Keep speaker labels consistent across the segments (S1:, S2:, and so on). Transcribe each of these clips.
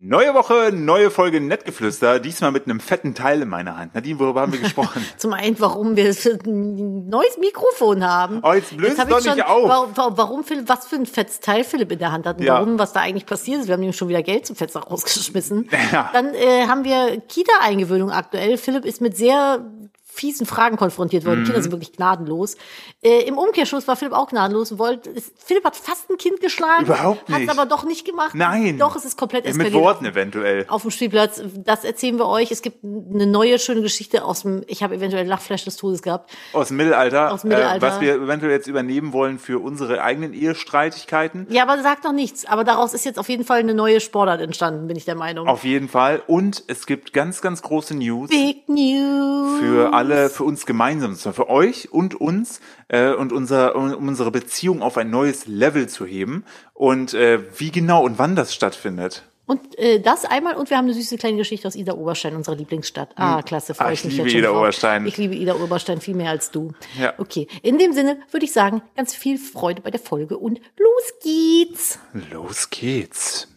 S1: Neue Woche, neue Folge Nettgeflüster, diesmal mit einem fetten Teil in meiner Hand. Nadine, worüber haben wir gesprochen?
S2: Zum einen, warum wir ein neues Mikrofon haben.
S1: Oh, jetzt löst
S2: hab
S1: doch
S2: ich schon-
S1: nicht auf.
S2: Warum, warum, warum Philipp, was für ein fettes Teil Philipp in der Hand hat und
S1: Ja.
S2: warum, was da eigentlich passiert ist. Wir haben nämlich schon wieder Geld zum Fenster rausgeschmissen.
S1: Ja.
S2: Dann äh, haben wir Kita-Eingewöhnung aktuell. Philipp ist mit sehr fiesen Fragen konfrontiert
S1: Mhm.
S2: worden. Kinder sind wirklich gnadenlos. Äh, Im Umkehrschluss war Philipp auch gnadenlos und wollte, ist, Philipp hat fast ein Kind geschlagen.
S1: Überhaupt
S2: Hat
S1: nicht.
S2: es aber doch nicht gemacht.
S1: Nein.
S2: Doch, es ist komplett
S1: Mit
S2: eskaliert.
S1: Worten eventuell.
S2: auf dem Spielplatz. Das erzählen wir euch. Es gibt eine neue schöne Geschichte aus dem, ich habe eventuell Lachflash des Todes gehabt.
S1: Aus dem Mittelalter.
S2: Aus dem Mittelalter.
S1: Äh, was wir eventuell jetzt übernehmen wollen für unsere eigenen Ehestreitigkeiten.
S2: Ja, aber sagt noch nichts. Aber daraus ist jetzt auf jeden Fall eine neue Sportart entstanden, bin ich der Meinung.
S1: Auf jeden Fall. Und es gibt ganz, ganz große News.
S2: Big News.
S1: für alle, für uns gemeinsam, zwar für euch und uns äh, und unser, um um unsere Beziehung auf ein neues Level zu heben und äh, wie genau und wann das stattfindet.
S2: Und äh, das einmal. Und wir haben eine süße kleine Geschichte aus Ida Oberstein, unserer Lieblingsstadt. Ah, klasse. freue
S1: Ah, ich
S2: mich
S1: liebe
S2: jetzt schon
S1: Ida
S2: drauf.
S1: Oberstein.
S2: Ich liebe Ida Oberstein viel mehr als du.
S1: Ja.
S2: Okay. In dem Sinne würde ich sagen, ganz viel Freude bei der Folge und los geht's.
S1: Los geht's.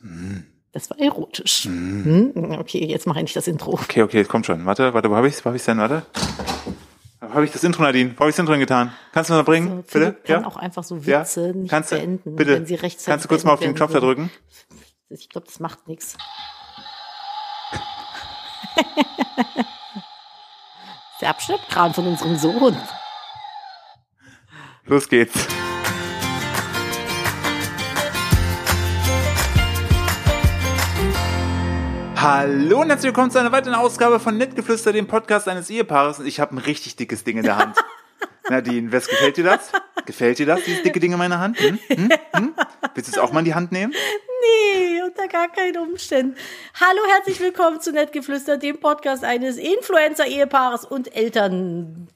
S2: Das war erotisch. Hm? Okay, jetzt mache ich das Intro.
S1: Okay, okay, kommt schon. Warte, warte, wo habe ich's? Wo habe ich's denn? Warte. Wo habe ich das Intro, Nadine? Wo habe ich das Intro getan? Kannst du noch bringen?
S2: Also,
S1: bitte?
S2: Philipp kann auch einfach so Witze nicht
S1: Kannst du,
S2: beenden,
S1: bitte.
S2: wenn sie rechtzeitig
S1: Kannst du kurz mal auf den
S2: beendet
S1: Knopf da
S2: werden
S1: drücken?
S2: Ich glaube, das macht nichts. Der Abschnittgran von unserem Sohn.
S1: Los geht's. Hallo und herzlich willkommen zu einer weiteren Ausgabe von Nettgeflüster, dem Podcast eines Ehepaares. Und ich habe ein richtig dickes Ding in der Hand. Nadine, was gefällt dir das? Gefällt dir das, dieses dicke Ding in meiner Hand? Hm? Hm? Hm? Willst du es auch mal in die Hand nehmen?
S2: Nee, unter gar keinen Umständen. Hallo, herzlich willkommen zu Nettgeflüster, dem Podcast eines Influencer-Ehepaares und
S1: Paares.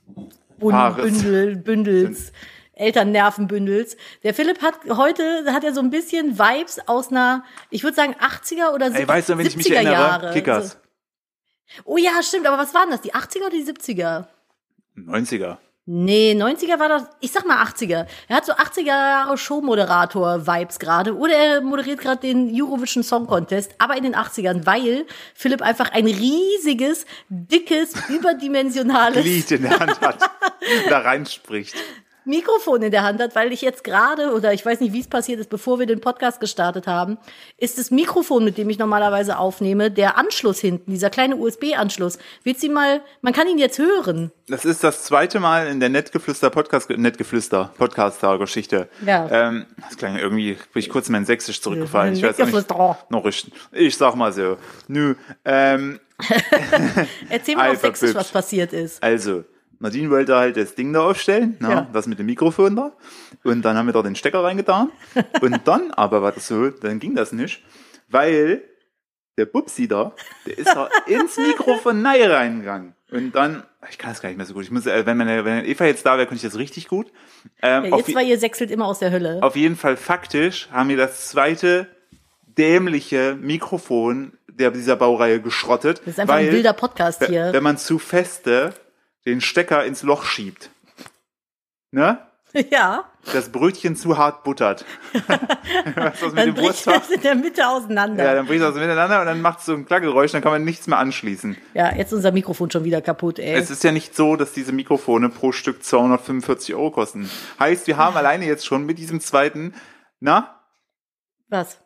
S2: Elternbündels. Elternnervenbündels. Der Philipp hat heute, hat er so ein bisschen Vibes aus einer, ich würde sagen, 80er oder 70er
S1: Ey, weißt du, wenn ich mich erinnere,
S2: Jahre.
S1: Kickers,
S2: Oh ja, stimmt, aber was waren das? Die 80er oder die 70er?
S1: 90er.
S2: Nee, 90er war das, ich sag mal 80er. Er hat so 80er Jahre Showmoderator-Vibes gerade. Oder er moderiert gerade den Eurovision Song Contest, aber in den 80ern, weil Philipp einfach ein riesiges, dickes, überdimensionales
S1: Glied in der Hand hat, da reinspricht.
S2: Mikrofon in der Hand hat, weil ich jetzt gerade, oder ich weiß nicht, wie es passiert ist, bevor wir den Podcast gestartet haben, ist das Mikrofon, mit dem ich normalerweise aufnehme, der Anschluss hinten, dieser kleine USB-Anschluss. Willst du ihn mal, man kann ihn jetzt hören.
S1: Das ist das zweite Mal in der Nettgeflüster Podcast Nettgeflüster Podcaster Geschichte.
S2: Ja.
S1: Ähm, das klang irgendwie bin ich kurz in mein Sächsisch zurückgefallen. Ich weiß auch nicht.
S2: Nettgeflüster.
S1: Noch ich, ich sag mal so. Nö. Ähm,
S2: Erzähl mal auf
S1: Alter
S2: Sächsisch,
S1: Bibs.
S2: was passiert ist.
S1: also Nadine wollte halt das Ding da aufstellen, na,
S2: Ja.
S1: das mit dem Mikrofon da. Und dann haben wir da den Stecker reingetan. Und dann aber war das so, dann ging das nicht, weil der Bubsi da, der ist da ins Mikrofon nahe reingegangen. Und dann, ich kann das gar nicht mehr so gut. Ich muss, äh, wenn meine, wenn Eva jetzt da wäre, könnte ich das richtig gut. Ähm,
S2: Ja,
S1: auf,
S2: jetzt war ihr sechselt immer aus der Hölle.
S1: auf jeden Fall faktisch haben wir das zweite dämliche Mikrofon der, dieser Baureihe geschrottet.
S2: das ist einfach ein wilder Podcast
S1: Wenn-
S2: hier.
S1: Wenn man zu feste den Stecker ins Loch schiebt. Ne?
S2: Ja,
S1: Das Brötchen zu hart buttert. weißt du, was mit
S2: dann
S1: dem
S2: bricht
S1: Wurst macht?
S2: das in der Mitte
S1: Ja,
S2: auseinander. Ja,
S1: dann bricht das miteinander und dann macht es so ein Klackgeräusch, dann kann man nichts mehr anschließen.
S2: jetzt ist unser Mikrofon schon wieder kaputt, ey.
S1: Es ist ja nicht so, dass diese Mikrofone pro Stück 245 Euro kosten. Heißt, wir haben alleine jetzt schon mit diesem zweiten, na,
S2: Was?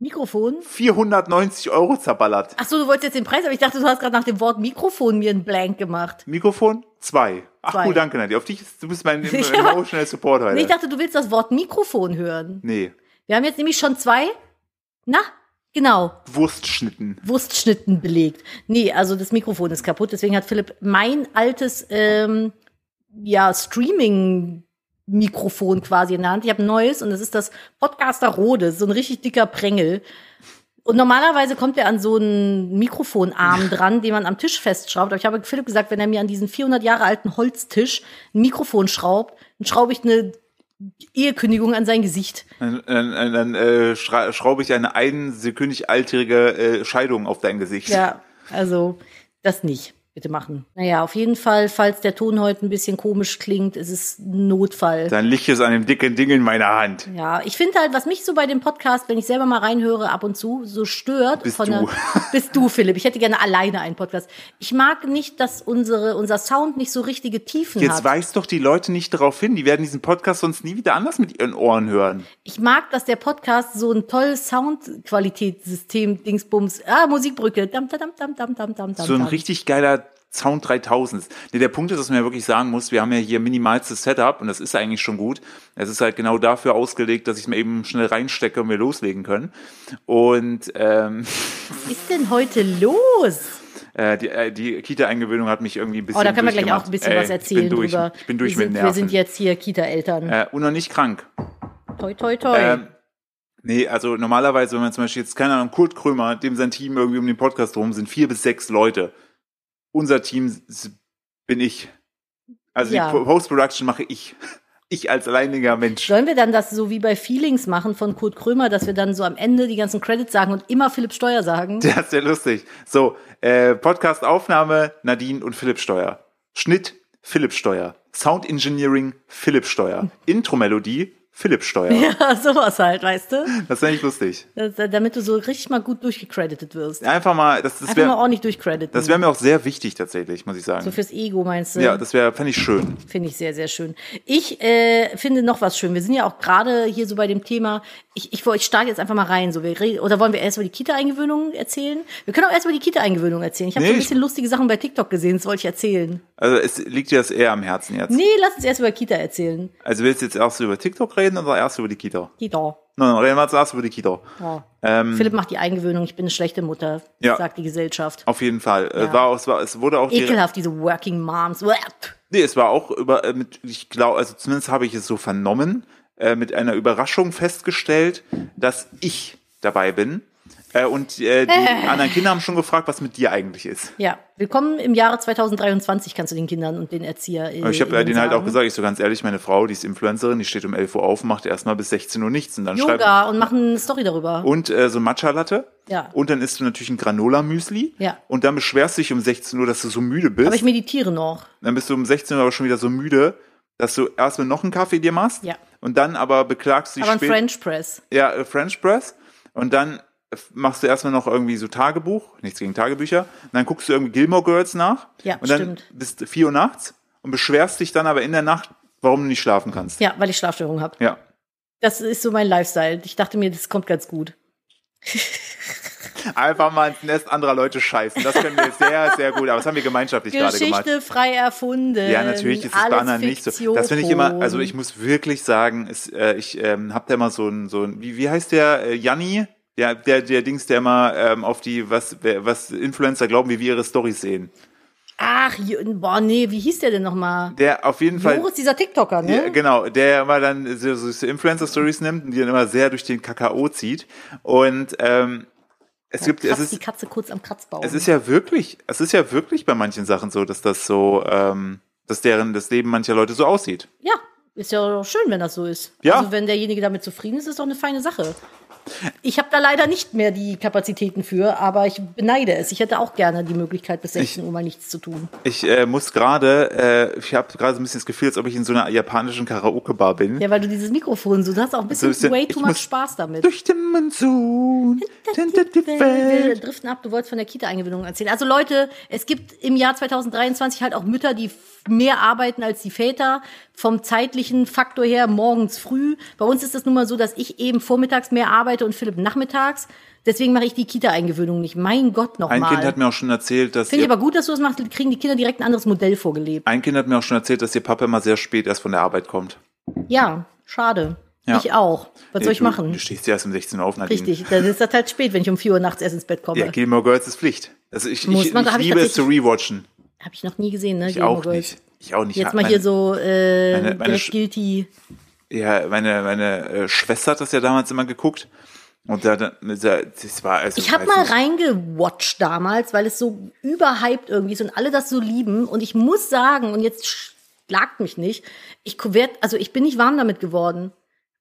S2: Mikrofon?
S1: 490 Euro zerballert.
S2: Ach so, du wolltest jetzt den Preis, aber ich dachte, du hast gerade nach dem Wort Mikrofon mir einen Blank gemacht.
S1: Mikrofon? Zwei. Ach
S2: Zwei.
S1: cool, danke, Nadine. Auf dich, ist- du bist mein
S2: Ja.
S1: emotional Support
S2: Nee, ich
S1: heute.
S2: dachte, du willst das Wort Mikrofon hören.
S1: Nee.
S2: Wir haben jetzt nämlich schon zwei. Na, genau.
S1: Wurstschnitten.
S2: Wurstschnitten belegt. Nee, also das Mikrofon ist kaputt, deswegen hat Philipp mein altes ähm, ja, Streaming-Mikrofon quasi in der Hand. Ich habe ein neues und das ist das Podcaster Rode, so ein richtig dicker Prängel. Und normalerweise kommt er an so einen Mikrofonarm dran, den man am Tisch festschraubt. Aber ich habe Philipp gesagt, wenn er mir an diesen 400 Jahre alten Holztisch ein Mikrofon schraubt, dann schraube ich eine Ehekündigung an sein Gesicht.
S1: Dann, dann, dann, dann äh, schra schraube ich eine einsekündig altjährige äh, Scheidung auf dein Gesicht.
S2: Ja, also das nicht. bitte machen. Naja, auf jeden Fall, falls der Ton heute ein bisschen komisch klingt, ist es ein Notfall.
S1: Dann liegt es an dem dicken Ding in meiner Hand.
S2: Ja, ich finde halt, was mich so bei dem Podcast, wenn ich selber mal reinhöre, ab und zu so stört.
S1: Bist
S2: von Der,
S1: du.
S2: bist du, Philipp. Ich hätte gerne alleine einen Podcast. Ich mag nicht, dass unsere, unser Sound nicht so richtige Tiefen
S1: Jetzt
S2: hat.
S1: weist doch die Leute nicht darauf hin. Die werden diesen Podcast sonst nie wieder anders mit ihren Ohren hören.
S2: Ich mag, dass der Podcast so ein tolles Soundqualitätssystem, Dingsbums, ah, Musikbrücke, dam, dam, dam, dam, dam, dam, dam.
S1: So ein
S2: dam.
S1: richtig geiler Sound 3000. Nee, der Punkt ist, dass man ja wirklich sagen muss, wir haben ja hier minimalstes Setup und das ist eigentlich schon gut. Es ist halt genau dafür ausgelegt, dass ich es mir eben schnell reinstecke und wir loslegen können. Und ähm,
S2: Was ist denn heute los?
S1: äh, die, äh, die Kita-Eingewöhnung hat mich irgendwie ein bisschen
S2: Oh, da können wir gleich auch
S1: durchgemacht.
S2: ein bisschen
S1: Ey,
S2: was erzählen
S1: ich bin durch,
S2: drüber.
S1: Ich bin durch
S2: wir
S1: mit
S2: sind,
S1: Nerven.
S2: Wir sind jetzt hier Kita-Eltern.
S1: äh, und noch nicht krank.
S2: Toi, toi, toi.
S1: Ähm, nee, also normalerweise, wenn man zum Beispiel jetzt, keine Ahnung, Kurt Krömer, dem sein Team irgendwie um den Podcast rum, sind vier bis sechs Leute. Unser Team s- bin ich. Also
S2: Ja.
S1: die Po- Post-Production mache ich. Ich als alleiniger Mensch.
S2: Sollen wir dann das so wie bei Feelings machen von Kurt Krömer, dass wir dann so am Ende die ganzen Credits sagen und immer Philipp Steuer sagen?
S1: Das ist ja lustig. So, äh, Podcast-Aufnahme, Nadine und Philipp Steuer. Schnitt, Philipp Steuer. Sound Engineering, Philipp Steuer. Intro-Melodie, Philipp Steuer.
S2: Ja, sowas halt, weißt du?
S1: Das ist eigentlich lustig.
S2: Das, damit du so richtig mal gut durchgecredited wirst.
S1: Einfach mal, das, das
S2: Einfach mal
S1: wäre
S2: ordentlich durchcrediten.
S1: das wär mir auch sehr wichtig tatsächlich, muss ich sagen.
S2: so fürs Ego meinst du?
S1: Ja, das wäre, fände ich schön.
S2: Finde ich sehr, sehr schön. Ich äh, finde noch was schön. Wir sind ja auch gerade hier so bei dem Thema. Ich, ich, ich starte jetzt einfach mal rein. So, wir reden, oder wollen wir erst über die Kita-Eingewöhnung erzählen? Wir können auch erst über die Kita-Eingewöhnung erzählen. Ich habe
S1: Nee,
S2: so ein
S1: ich-
S2: bisschen lustige Sachen bei TikTok gesehen, das wollte ich erzählen.
S1: Also es liegt dir das eher am Herzen jetzt.
S2: Nee, lass uns erst über Kita erzählen.
S1: Also willst du jetzt erst über TikTok reden oder erst über die Kita?
S2: Kita.
S1: Nein, nein, reden wir jetzt erst über die Kita.
S2: Ja.
S1: Ähm,
S2: Philipp macht die Eingewöhnung, ich bin eine schlechte Mutter,
S1: Ja.
S2: sagt die Gesellschaft.
S1: auf jeden Fall. Äh, War auch, es, war, es wurde auch direkt,
S2: Ekelhaft, diese Working Moms. Uah.
S1: nee, es war auch über äh, mit, ich glaube, also zumindest habe ich es so vernommen, äh, mit einer Überraschung festgestellt, dass ich dabei bin. Äh, und äh, die anderen Kinder haben schon gefragt, was mit dir eigentlich ist.
S2: Ja, willkommen im Jahre 2023, kannst du den Kindern und den Erzieher.
S1: Aber ich habe äh, denen halt auch gesagt, ich so ganz ehrlich, meine Frau, die ist Influencerin, die steht um 11 Uhr auf, macht erstmal bis 16 Uhr nichts und dann schreibt
S2: Yoga und machen eine Story darüber.
S1: und äh, so Matcha-Latte.
S2: Ja.
S1: Und dann isst du natürlich ein Granola-Müsli.
S2: Ja.
S1: Und dann beschwerst du dich um 16 Uhr, dass du so müde bist.
S2: Aber ich meditiere noch.
S1: dann bist du um 16 Uhr aber schon wieder so müde, dass du erstmal noch einen Kaffee dir machst.
S2: Ja.
S1: Und dann aber beklagst du dich
S2: Aber ein
S1: spät-
S2: French Press.
S1: ja, äh, French Press. Und dann äh, machst du erstmal noch irgendwie so Tagebuch, nichts gegen Tagebücher. Und dann guckst du irgendwie Gilmore Girls nach.
S2: Ja,
S1: Und dann
S2: stimmt.
S1: bist 4 Uhr nachts und beschwerst dich dann aber in der Nacht, warum du nicht schlafen kannst.
S2: Ja, weil ich Schlafstörungen habe.
S1: Ja.
S2: Das ist so mein Lifestyle. Ich dachte mir, das kommt ganz gut.
S1: Einfach mal ins Nest anderer Leute scheißen. Das können wir sehr, sehr gut. Aber das haben wir gemeinschaftlich gerade gemacht.
S2: Geschichte frei erfunden.
S1: Ja, natürlich ist es
S2: Alles
S1: bei anderen nicht so.
S2: Fiktion.
S1: Das finde ich immer, also ich muss wirklich sagen, ist, äh, ich ähm, habe da immer so ein, so ein wie, wie heißt der, äh, Janni? Der, der, der Dings, der immer ähm, auf die, was, wer- was Influencer glauben, wie wir ihre Storys sehen.
S2: Ach, boah, nee, wie hieß der denn nochmal?
S1: Der auf jeden Fall,
S2: Boris, dieser TikToker, ne?
S1: ja, genau, der immer dann so, so, so Influencer-Stories nimmt und die dann immer sehr durch den Kakao zieht. Und ähm, es gibt, es
S2: Kratzt
S1: ist,
S2: die Katze kurz am Kratzbaum.
S1: Es ist ja wirklich, es ist ja wirklich bei manchen Sachen so, dass das so, ähm, dass deren das Leben mancher Leute so aussieht.
S2: ja, ist ja schön, wenn das so ist.
S1: Ja.
S2: Also wenn derjenige damit zufrieden ist, ist doch eine feine Sache. Ich habe da leider nicht mehr die Kapazitäten für, aber ich beneide es. Ich hätte auch gerne die Möglichkeit, bis 16 Uhr mal nichts zu tun.
S1: Ich äh, muss gerade, äh, ich habe gerade so ein bisschen das Gefühl, als ob ich in so einer japanischen Karaoke-Bar bin.
S2: Ja, weil du dieses Mikrofon so, du hast auch ein bisschen
S1: bisschen-
S2: way
S1: Also ich
S2: too much
S1: muss-
S2: Spaß damit.
S1: Durch den Monsun, hinter die
S2: Wir
S1: Welt.
S2: driften ab, du wolltest von der Kita-Eingewöhnung erzählen. Also Leute, es gibt im Jahr 2023 halt auch Mütter, die f- mehr arbeiten als die Väter. Vom zeitlichen Faktor her morgens früh. Bei uns ist es nun mal so, dass ich eben vormittags mehr arbeite und Philipp nachmittags. Deswegen mache ich die Kita-Eingewöhnung nicht. Mein Gott
S1: Ein
S2: nochmal.
S1: Kind hat
S2: Finde
S1: mir auch schon erzählt, dass
S2: ich
S1: ihr,
S2: aber gut, dass du das machst. Kriegen die Kinder direkt ein anderes Modell vorgelebt.
S1: ein Kind hat mir auch schon erzählt, dass ihr Papa immer sehr spät erst von der Arbeit kommt.
S2: Ja, schade.
S1: Ja.
S2: Ich auch. Was soll ich
S1: du,
S2: machen?
S1: Du stehst ja erst um 16 Uhr auf, Nadine.
S2: Richtig, dann ist das halt spät, wenn ich um 4 Uhr nachts erst ins Bett komme.
S1: Ja, Gilmore Girls ist Pflicht. Also ich,
S2: Muss
S1: ich,
S2: man-
S1: ich
S2: hab ich
S1: liebe es zu rewatchen.
S2: Habe ich noch nie gesehen, ne?
S1: Ich auch nicht. Ich auch nicht.
S2: Jetzt mal
S1: Mein-
S2: hier so äh,
S1: meine- meine
S2: direkt
S1: Sch-
S2: guilty.
S1: Ja, meine, meine äh, Schwester hat das ja damals immer geguckt. Und da, da da- das war also.
S2: Ich habe
S1: weiß
S2: mal
S1: nicht.
S2: reingewatcht damals, weil es so überhyped irgendwie ist und alle das so lieben. Und ich muss sagen, und jetzt schlagt mich nicht, ich werd, also ich bin nicht warm damit geworden.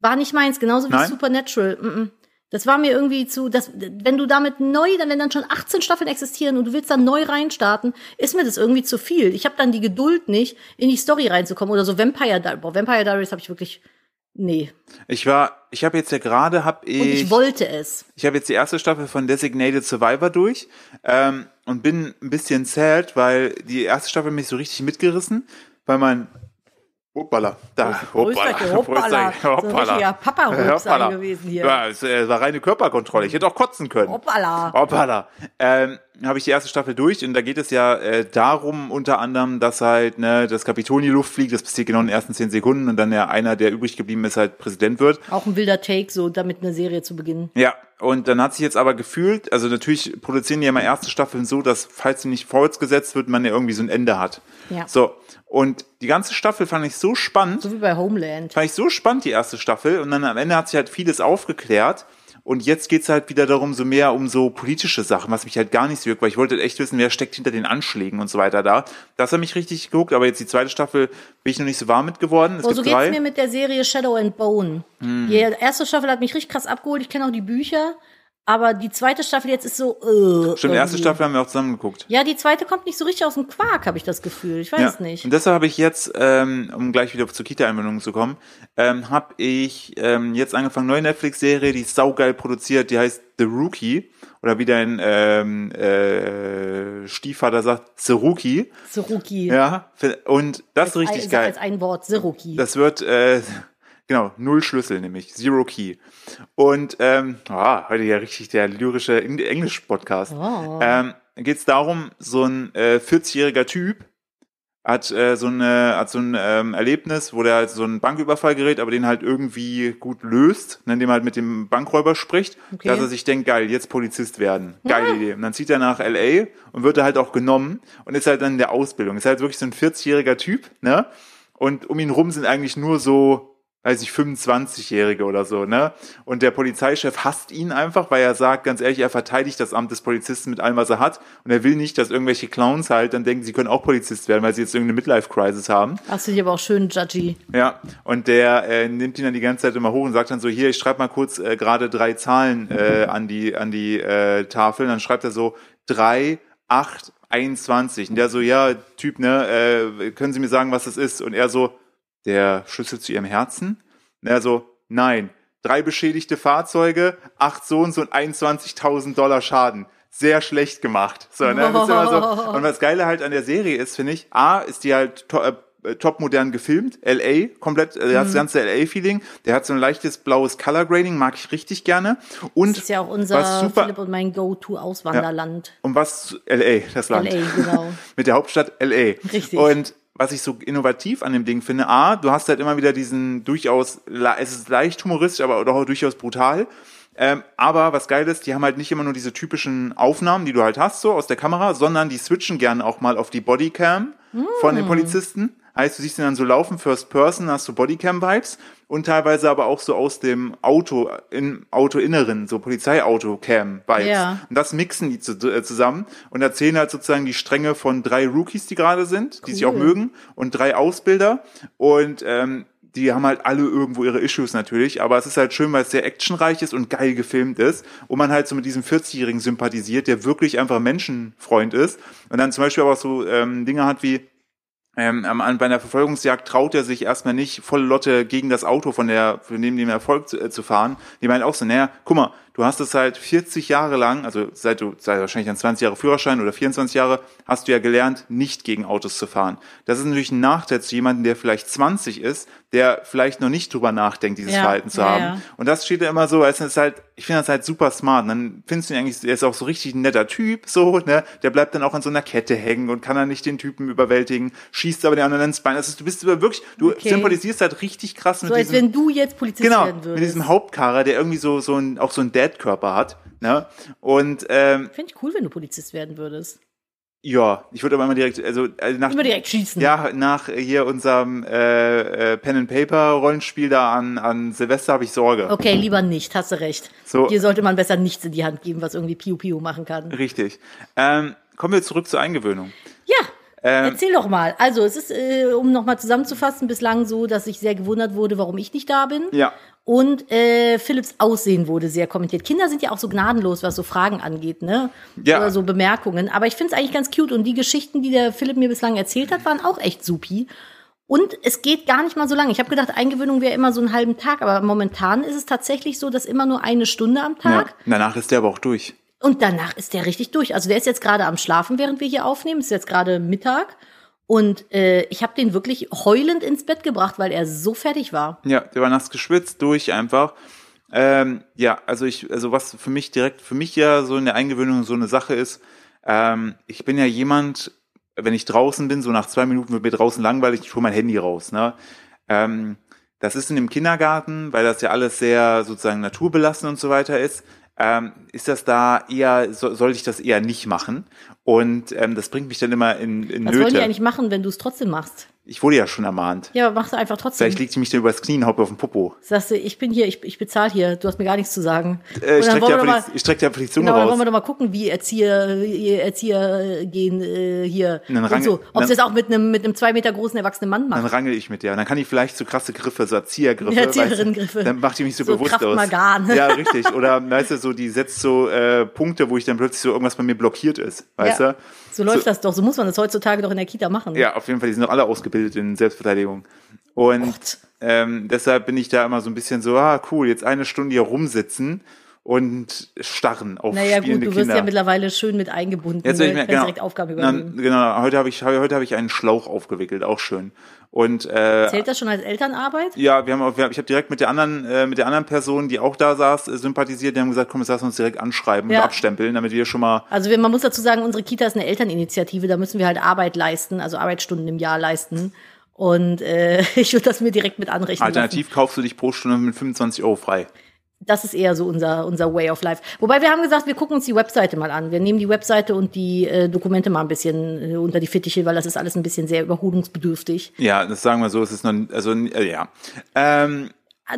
S2: War nicht meins, genauso wie
S1: Nein?
S2: Supernatural. Mm -mm. Das war mir irgendwie zu, das, wenn du damit neu, dann wenn dann schon 18 Staffeln existieren und du willst dann neu reinstarten, ist mir das irgendwie zu viel. Ich habe dann die Geduld nicht, in die Story reinzukommen oder so Vampire Diaries. Boah, Vampire Diaries habe ich wirklich, nee.
S1: Ich war, ich habe jetzt ja gerade, habe ich,
S2: Und ich wollte es.
S1: ich habe jetzt die erste Staffel von Designated Survivor durch ähm, und bin ein bisschen sad, weil die erste Staffel mich so richtig mitgerissen, weil man Hoppala, da, hoppala,
S2: Rucksäcke, hoppala.
S1: Rucksäcke,
S2: So ein richtiger Papa-Rucksack
S1: Hoppala.
S2: gewesen hier.
S1: Ja, es äh, war reine Körperkontrolle. Ich hätte auch kotzen können.
S2: Hoppala.
S1: Hoppala. Ähm, habe ich die erste Staffel durch und da geht es ja äh, darum, unter anderem, dass halt ne, das Kapitol in die Luft fliegt, das passiert genau in den ersten zehn Sekunden und dann ja einer, der übrig geblieben ist, halt Präsident wird.
S2: Auch ein wilder Take, so damit eine Serie zu beginnen.
S1: Ja, und dann hat sich jetzt aber gefühlt, also natürlich produzieren die ja mal erste Staffeln so, dass falls sie nicht vorwärts gesetzt wird, man ja irgendwie so ein Ende hat.
S2: Ja.
S1: So, und die ganze Staffel fand ich so spannend,
S2: So wie bei Homeland.
S1: fand ich so spannend, die erste Staffel. Und dann am Ende hat sich halt vieles aufgeklärt. Und jetzt geht's halt wieder darum, so mehr um so politische Sachen, was mich halt gar nicht so juckt, weil ich wollte echt wissen, wer steckt hinter den Anschlägen und so weiter da. Das hat mich richtig geguckt, aber jetzt die zweite Staffel bin ich noch nicht so warm mit geworden. Es
S2: Oh,
S1: gibt
S2: so geht's
S1: drei. Hm.
S2: mir mit der Serie Shadow and Bone. Die erste Staffel hat mich richtig krass abgeholt. Ich kenne auch die Bücher. Aber die zweite Staffel jetzt ist so. Äh,
S1: Stimmt, die erste
S2: irgendwie.
S1: Staffel haben wir auch zusammen geguckt.
S2: Ja, die zweite kommt nicht so richtig aus dem Quark, habe ich das Gefühl. Ich weiß nicht.
S1: Und deshalb habe ich jetzt, ähm, um gleich wieder zur Kita-Einbindung zu kommen, ähm, habe ich ähm, jetzt angefangen, neue Netflix-Serie, die ist saugeil produziert, die heißt The Rookie. Oder wie dein ähm, äh, Stiefvater sagt, The Rookie.
S2: Seruki.
S1: Ja, fi- und das ist
S2: Ein-
S1: richtig
S2: sag
S1: geil.
S2: also Als ein Wort, Seruki.
S1: Das wird, äh, genau, null Schlüssel nämlich, Zero Key. Und ähm, ah, heute ja richtig der lyrische Eng- Englisch-Podcast.
S2: Oh.
S1: Ähm, Geht es darum, so ein äh, 40-jähriger Typ hat äh, so, eine, hat so ein ähm, Erlebnis, wo der halt so einen Banküberfall gerät, aber den halt irgendwie gut löst, ne, indem er halt mit dem Bankräuber spricht,
S2: Okay.
S1: dass er sich denkt, geil, jetzt Polizist werden. Geile Idee. Und dann zieht er nach L.A. und wird da halt auch genommen und ist halt dann in der Ausbildung. Ist halt wirklich so ein 40-jähriger Typ, ne? Und um ihn rum sind eigentlich nur so, weiß ich, 25-Jährige oder so, ne? Und der Polizeichef hasst ihn einfach, weil er sagt, ganz ehrlich, er verteidigt das Amt des Polizisten mit allem, was er hat. Und er will nicht, dass irgendwelche Clowns halt dann denken, sie können auch Polizist werden, weil sie jetzt irgendeine Midlife-Crisis haben.
S2: Hast du dich aber auch schön judgy.
S1: Ja, und der äh, nimmt ihn dann die ganze Zeit immer hoch und sagt dann so, hier, ich schreibe mal kurz äh, gerade drei Zahlen äh, an die, an die äh, Tafel. Und dann schreibt er so drei acht 21. Und der so, ja, Typ, ne, äh, können Sie mir sagen, was das ist? Und er so, der Schlüssel zu Ihrem Herzen? Und er so, nein, drei beschädigte Fahrzeuge, acht so und so und 21.000 Dollar Schaden. Sehr schlecht gemacht. So, ne? Das ist immer so.
S2: Oh.
S1: Und was Geile halt an der Serie ist, finde ich, A, ist die halt to äh, top modern gefilmt, LA komplett, äh, der
S2: Mhm.
S1: hat das ganze LA-Feeling, der hat so ein leichtes blaues Color Grading, mag ich richtig gerne. Und
S2: Das ist ja auch
S1: was
S2: unser
S1: super,
S2: Philipp und mein Go-To-Auswanderland.
S1: und Um was LA, das Land.
S2: LA, genau.
S1: Mit der Hauptstadt LA.
S2: Richtig.
S1: Und was ich so innovativ an dem Ding finde, A, du hast halt immer wieder diesen durchaus, le- es ist leicht humoristisch, aber doch auch durchaus brutal. Ähm, aber was geil ist, die haben halt nicht immer nur diese typischen Aufnahmen, die du halt hast, so aus der Kamera, sondern die switchen gerne auch mal auf die Bodycam von
S2: Mm.
S1: den Polizisten. Heißt, du siehst ihn dann so laufen, First Person, hast du Bodycam-Vibes und teilweise aber auch so aus dem Auto, im Autoinneren, so Polizeiauto-Cam-Vibes.
S2: Ja.
S1: Und das mixen die zu, äh, zusammen und erzählen halt sozusagen die Stränge von drei Rookies, die gerade sind, die sich auch mögen, und drei Ausbilder. Und ähm, die haben halt alle irgendwo ihre Issues natürlich, aber es ist halt schön, weil es sehr actionreich ist und geil gefilmt ist und man halt so mit diesem 40-Jährigen sympathisiert, der wirklich einfach Menschenfreund ist und dann zum Beispiel aber auch so ähm, Dinge hat wie, ähm, am, an, bei einer Verfolgungsjagd traut er sich erstmal nicht, volle Lotte gegen das Auto von der, von dem, dem Erfolg zu, äh, zu fahren. Die meinen auch so, naja, guck mal, du hast es halt 40 Jahre lang, also seit du, seit wahrscheinlich dann 20 Jahre Führerschein oder 24 Jahre, hast du ja gelernt, nicht gegen Autos zu fahren. Das ist natürlich ein Nachteil zu jemandem, der vielleicht 20 ist, der vielleicht noch nicht drüber nachdenkt, dieses
S2: Ja,
S1: Verhalten zu
S2: ja,
S1: haben.
S2: ja.
S1: Und das steht da immer so, es ist halt, ich finde das halt super smart. Und dann findest du ihn eigentlich, er ist auch so richtig ein netter Typ, so, ne? Der bleibt dann auch an so einer Kette hängen und kann dann nicht den Typen überwältigen, schießt aber den anderen ins Bein. Das ist, du bist über wirklich, du
S2: Okay.
S1: sympathisierst halt richtig krass
S2: So
S1: mit
S2: als
S1: diesem,
S2: wenn du jetzt Polizist
S1: genau,
S2: werden
S1: mit
S2: würdest.
S1: diesem Hauptkarer, der irgendwie so, so ein, auch so einen Dad-Körper hat, ne? Und, ähm,
S2: Fände ich cool, wenn du Polizist werden würdest.
S1: ja, ich würde aber immer direkt, also, also nach,
S2: Immer direkt schießen.
S1: ja, nach hier unserem äh, äh, Pen and Paper Rollenspiel da an, an Silvester habe ich Sorge.
S2: Okay, lieber nicht, hast du recht.
S1: So.
S2: Dir sollte man besser nichts in die Hand geben, was irgendwie Piu Piu machen kann.
S1: Richtig. Ähm, kommen wir zurück zur Eingewöhnung.
S2: Ja,
S1: Ähm,
S2: erzähl doch mal. Also, es ist, äh, um nochmal zusammenzufassen, bislang so, dass ich sehr gewundert wurde, warum ich nicht da bin.
S1: Ja.
S2: Und äh, Philips Aussehen wurde sehr kommentiert. Kinder sind ja auch so gnadenlos, was so Fragen angeht, ne?
S1: Ja.
S2: Oder so Bemerkungen. Aber ich finde es eigentlich ganz cute. Und die Geschichten, die der Philipp mir bislang erzählt hat, waren auch echt supi. Und es geht gar nicht mal so lange. Ich habe gedacht, Eingewöhnung wäre immer so einen halben Tag, aber momentan ist es tatsächlich so, dass immer nur eine Stunde am
S1: Ja.
S2: Tag.
S1: Danach ist der aber auch durch.
S2: Und danach ist der richtig durch. Also der ist jetzt gerade am Schlafen, während wir hier aufnehmen. Es ist jetzt gerade Mittag. Und äh, ich habe den wirklich heulend ins Bett gebracht, weil er so fertig war.
S1: Ja, der war nachts geschwitzt, durch einfach. Ähm, ja, also ich, also was für mich direkt, für mich ja so in der Eingewöhnung so eine Sache ist, ähm, ich bin ja jemand, wenn ich draußen bin, so nach zwei Minuten wird mir draußen langweilig, ich hole mein Handy raus. Ne? Ähm, das ist in dem Kindergarten, weil das ja alles sehr sozusagen naturbelassen und so weiter ist. Ähm, ist das da eher, so, soll ich das eher nicht machen? Und ähm, das bringt mich dann immer in, in
S2: Was wollen die
S1: Nöte.
S2: eigentlich machen, wenn du es trotzdem machst?
S1: Ich wurde ja schon ermahnt.
S2: Ja, aber mach's einfach trotzdem.
S1: Vielleicht liegt sie mich dann übers Knie und haut mir auf den Popo.
S2: Sagst du, ich bin hier, ich, ich bezahle hier, du hast mir gar nichts zu sagen.
S1: Äh, ich
S2: Und
S1: strecke
S2: dann wollen
S1: dir,
S2: wir
S1: einfach
S2: doch
S1: die-
S2: mal,
S1: ich streck dir einfach die Zunge
S2: genau, dann wollen wir
S1: raus.
S2: doch mal gucken, wie Erzieher, ihr Erzieher gehen äh, hier
S1: Dann rang-
S2: und so. Ob
S1: dann-
S2: sie das auch mit einem mit einem zwei Meter großen erwachsenen Mann
S1: Dann
S2: machen.
S1: rangel ich mit dir. Und dann kann ich vielleicht so krasse Griffe, so Erziehergriffe.
S2: Erzieherinnengriffe.
S1: Weißt du, dann macht die mich so,
S2: So
S1: bewusst
S2: Krav
S1: aus.
S2: Magan.
S1: Ja, richtig. Oder weißt du, so die setzt so äh, Punkte, wo ich dann plötzlich so irgendwas bei mir blockiert ist. Weißt
S2: Ja.
S1: du?
S2: So läuft das doch, so muss man das heutzutage doch in der Kita machen.
S1: Ja, auf jeden Fall, die sind doch alle ausgebildet in Selbstverteidigung. Und
S2: Gott.
S1: ähm, deshalb bin ich da immer so ein bisschen so, ah, cool, jetzt eine Stunde hier rumsitzen und starren auf
S2: Naja gut, du
S1: spielende
S2: wirst
S1: Kinder.
S2: ja mittlerweile schön mit eingebunden.
S1: Jetzt will ich
S2: ne?
S1: mir
S2: Kannst
S1: genau,
S2: direkt Aufgaben
S1: Na,
S2: übernehmen.
S1: genau, heute habe ich heute habe ich einen Schlauch aufgewickelt, auch schön. Und äh,
S2: Zählt das schon als Elternarbeit?
S1: ja, wir haben auch, wir, ich habe direkt mit der anderen äh, mit der anderen Person, die auch da saß, äh, sympathisiert. Die haben gesagt, komm, jetzt lass uns direkt anschreiben
S2: Ja.
S1: und abstempeln, damit wir schon mal
S2: Also wir, man muss dazu sagen, unsere Kita ist eine Elterninitiative, da müssen wir halt Arbeit leisten, also Arbeitsstunden im Jahr leisten. Und äh, ich würde das mir direkt mit anrechnen.
S1: alternativ kaufst du dich pro Stunde mit 25 Euro frei.
S2: Lassen. Das ist eher so unser, unser Way of Life. Wobei wir haben gesagt, wir gucken uns die Webseite mal an. Wir nehmen die Webseite und die äh, Dokumente mal ein bisschen äh, unter die Fittiche, weil das ist alles ein bisschen sehr überholungsbedürftig.
S1: Ja, das sagen wir so. Es ist noch, also äh, ja, ähm,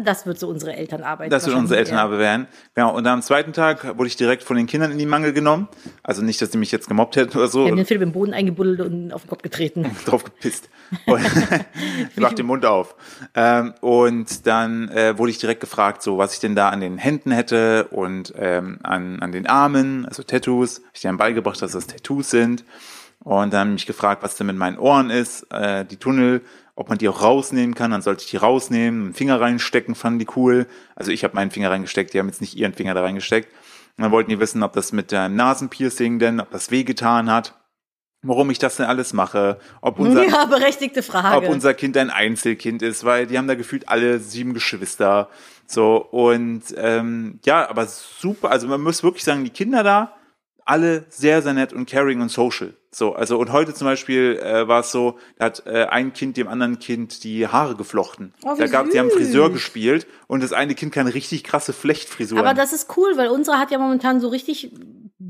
S2: Das wird so unsere Elternarbeit.
S1: das wird unsere
S2: wahrscheinlich eher.
S1: Elternarbeit werden. Genau. Und am zweiten Tag wurde ich direkt von den Kindern in die Mangel genommen. Also nicht, dass die mich jetzt gemobbt hätten oder so,
S2: Wir haben den Philipp im Boden eingebuddelt und auf den Kopf getreten.
S1: drauf gepisst. Und ich mach den Mund auf. Ähm, und dann äh, wurde ich direkt gefragt, so was ich denn da an den Händen hätte und ähm, an, an den Armen, also Tattoos. Hab Ich habe dann beigebracht, dass das Tattoos sind. Und dann haben die mich gefragt, was denn mit meinen Ohren ist, äh, die Tunnel, ob man die auch rausnehmen kann. Dann sollte ich die rausnehmen, einen Finger reinstecken, fanden die cool. Also ich habe meinen Finger reingesteckt, die haben jetzt nicht ihren Finger da reingesteckt. Und dann wollten die wissen, ob das mit dem Nasenpiercing denn, ob das wehgetan hat, warum ich das denn alles mache, ob unser,
S2: ja, berechtigte Frage.
S1: ob unser Kind ein Einzelkind ist, weil die haben da gefühlt alle sieben Geschwister. So, und ähm, ja, aber super, also man muss wirklich sagen, die Kinder da, alle sehr, sehr nett und caring und social. So, also und heute zum Beispiel äh, war es so, da hat äh, ein Kind dem anderen Kind die Haare geflochten.
S2: Oh, wie
S1: da gab, die haben
S2: süß.
S1: Friseur gespielt und das eine Kind kann richtig krasse Flechtfrisuren.
S2: Aber das ist cool, weil unsere hat ja momentan so richtig,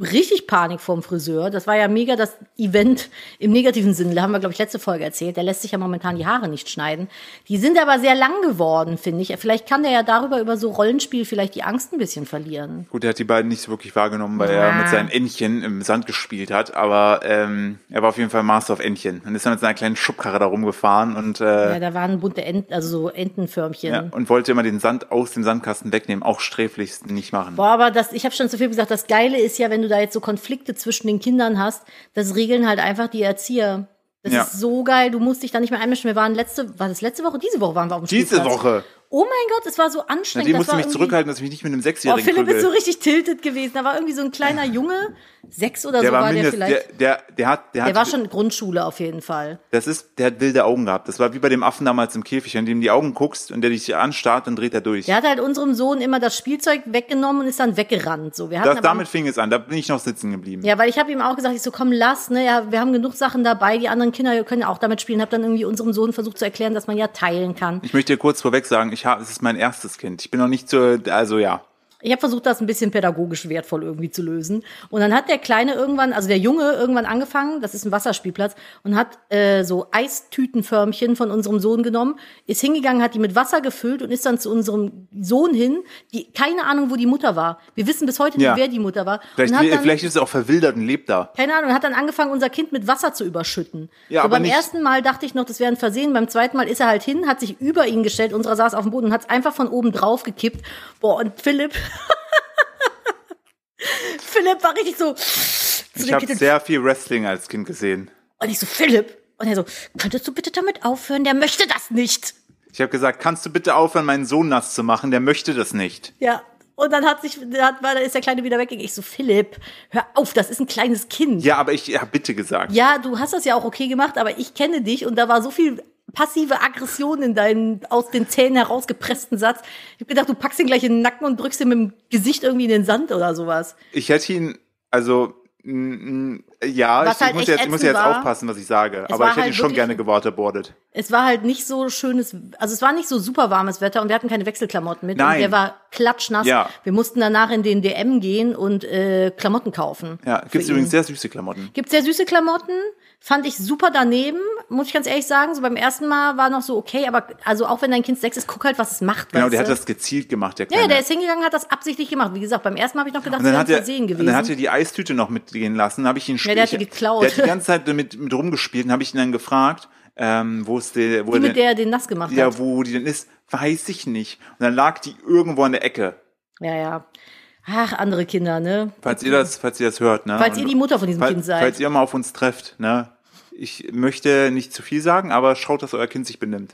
S2: richtig Panik vorm Friseur. Das war ja mega das Event im negativen Sinne. Da haben wir, glaube ich, letzte Folge erzählt. Der lässt sich ja momentan die Haare nicht schneiden. Die sind aber sehr lang geworden, finde ich. Vielleicht kann der ja darüber über so Rollenspiel vielleicht die Angst ein bisschen verlieren.
S1: Gut, er hat die beiden nicht so wirklich wahrgenommen, weil er
S2: Ah.
S1: mit seinen Entchen im Sand gespielt hat, aber ähm, er war auf jeden Fall Master auf Entchen und ist dann mit seiner kleinen Schubkarre da rumgefahren und, äh,
S2: Ja, da waren bunte Enten, also so Entenförmchen.
S1: ja, und wollte immer den Sand aus dem Sandkasten wegnehmen, auch sträflichst nicht machen.
S2: Boah, aber das, ich habe schon zu viel gesagt, das Geile ist ja, wenn du da jetzt so Konflikte zwischen den Kindern hast, das regeln halt einfach die Erzieher. Das
S1: Ja.
S2: ist so geil, du musst dich da nicht mehr einmischen. Wir waren letzte, war das letzte Woche? Diese Woche waren wir auf dem
S1: Diese
S2: Spielplatz.
S1: Woche.
S2: Oh mein Gott, es war so
S1: Na,
S2: anstrengend.
S1: die
S2: das
S1: musste
S2: war
S1: mich
S2: irgendwie-
S1: zurückhalten, dass ich mich nicht mit einem
S2: Boah,
S1: Sechsjährigen
S2: Philipp ist so
S1: prügel.
S2: richtig tiltet gewesen. Da war irgendwie so ein kleiner Junge, sechs oder
S1: Der
S2: so
S1: war
S2: war der
S1: mindestens, der,
S2: vielleicht.
S1: der, der hat, der,
S2: Der
S1: hat,
S2: war schon Grundschule auf jeden Fall.
S1: das ist, der hat wilde Augen gehabt. Das war wie bei dem Affen damals im Käfig, wenn du ihm die Augen guckst und der dich anstarrt, dann dreht er durch.
S2: Der hat halt unserem Sohn immer das Spielzeug weggenommen und ist dann weggerannt. So, wir hatten
S1: das,
S2: aber-
S1: damit fing es an, da bin ich noch sitzen geblieben.
S2: genau. Ja, weil ich habe ihm auch gesagt, ich so, komm, lass, ne, ja, wir haben genug Sachen dabei, die anderen Kinder können ja auch damit spielen. Hab dann irgendwie unserem Sohn versucht zu erklären, dass man ja teilen kann.
S1: Ich möchte dir kurz vorweg sagen, ich habe, es ist mein erstes Kind. Ich bin noch nicht zur, also ja.
S2: ich habe versucht, das ein bisschen pädagogisch wertvoll irgendwie zu lösen. Und dann hat der Kleine irgendwann, also der Junge irgendwann angefangen, das ist ein Wasserspielplatz, und hat äh, so Eistütenförmchen von unserem Sohn genommen, ist hingegangen, hat die mit Wasser gefüllt und ist dann zu unserem Sohn hin, die keine Ahnung, wo die Mutter war. Wir wissen bis heute nicht,
S1: Ja.
S2: wer die Mutter war.
S1: Vielleicht,
S2: und hat dann,
S1: vielleicht ist es auch verwildert und lebt da.
S2: keine Ahnung, hat dann angefangen, unser Kind mit Wasser zu überschütten.
S1: Ja,
S2: so
S1: aber
S2: beim
S1: nicht-
S2: ersten Mal dachte ich noch, das wäre ein Versehen. Beim zweiten Mal ist er halt hin, hat sich über ihn gestellt, unserer saß auf dem Boden und hat es einfach von oben drauf gekippt. Boah, und Philipp. Philipp war richtig so zu
S1: Ich
S2: dem
S1: habe
S2: Kind und-
S1: sehr viel Wrestling als Kind gesehen.
S2: und ich so, Philipp. Und er so, könntest du bitte damit aufhören? Der möchte das nicht.
S1: Ich habe gesagt, kannst du bitte aufhören, meinen Sohn nass zu machen? Der möchte das nicht.
S2: Ja. Und dann hat sich, dann hat, war- dann ist der Kleine wieder weggegangen. Ich so, Philipp, hör auf, das ist ein kleines Kind.
S1: Ja, aber ich habe bitte gesagt.
S2: Ja, du hast das ja auch okay gemacht, aber ich kenne dich und da war so viel passive Aggression in deinem aus den Zähnen herausgepressten Satz. Ich hab gedacht, du packst ihn gleich in den Nacken und drückst ihn mit dem Gesicht irgendwie in den Sand oder sowas.
S1: Ich hätte ihn, also, mm, mm, ja,
S2: Was
S1: ich,
S2: halt
S1: ich muss
S2: echt
S1: jetzt, ich muss
S2: ätzend
S1: jetzt
S2: war,
S1: aufpassen, was ich sage.
S2: war
S1: Aber ich hätte
S2: halt
S1: ihn schon
S2: wirklich-
S1: gerne gewaterboardet.
S2: Es war halt nicht so schönes, also es war nicht so super warmes Wetter und wir hatten keine Wechselklamotten mit.
S1: Nein.
S2: Und der war klatschnass.
S1: Ja.
S2: Wir mussten danach in den DM gehen und äh, Klamotten kaufen.
S1: Ja,
S2: für
S1: gibt's
S2: ihn.
S1: übrigens sehr süße Klamotten.
S2: Gibt sehr süße Klamotten, fand ich super daneben, muss ich ganz ehrlich sagen. So beim ersten Mal war noch so okay, aber also auch wenn dein Kind sechs ist, guck halt, was es macht.
S1: Genau,
S2: weißt
S1: der hat
S2: du?
S1: das gezielt gemacht, der
S2: Ja,
S1: Kleine.
S2: der ist hingegangen, hat das absichtlich gemacht. Wie gesagt, beim ersten Mal habe ich noch gedacht,
S1: und
S2: das
S1: dann
S2: wäre ein
S1: hat, er,
S2: Versehen
S1: und dann hat
S2: gewesen.
S1: er die Eistüte noch mitgehen lassen. Habe ich ihn
S2: Ja, der hat die
S1: ich-
S2: geklaut.
S1: Der hat die ganze Zeit damit mit rumgespielt und habe ich ihn dann gefragt, ähm, wo ist der, wo
S2: Die,
S1: er
S2: mit
S1: denn,
S2: der er den nass gemacht
S1: ja,
S2: hat.
S1: wo die denn ist, weiß ich nicht. Und dann lag die irgendwo an der Ecke.
S2: Ja, ja. Ach, andere Kinder, ne?
S1: Falls ihr das, falls ihr das hört, ne?
S2: Falls ihr
S1: Und-
S2: die Mutter von diesem
S1: Fall-
S2: Kind seid.
S1: Falls ihr mal auf uns trefft, ne? Ich möchte nicht zu viel sagen, aber schaut, dass euer Kind sich benimmt.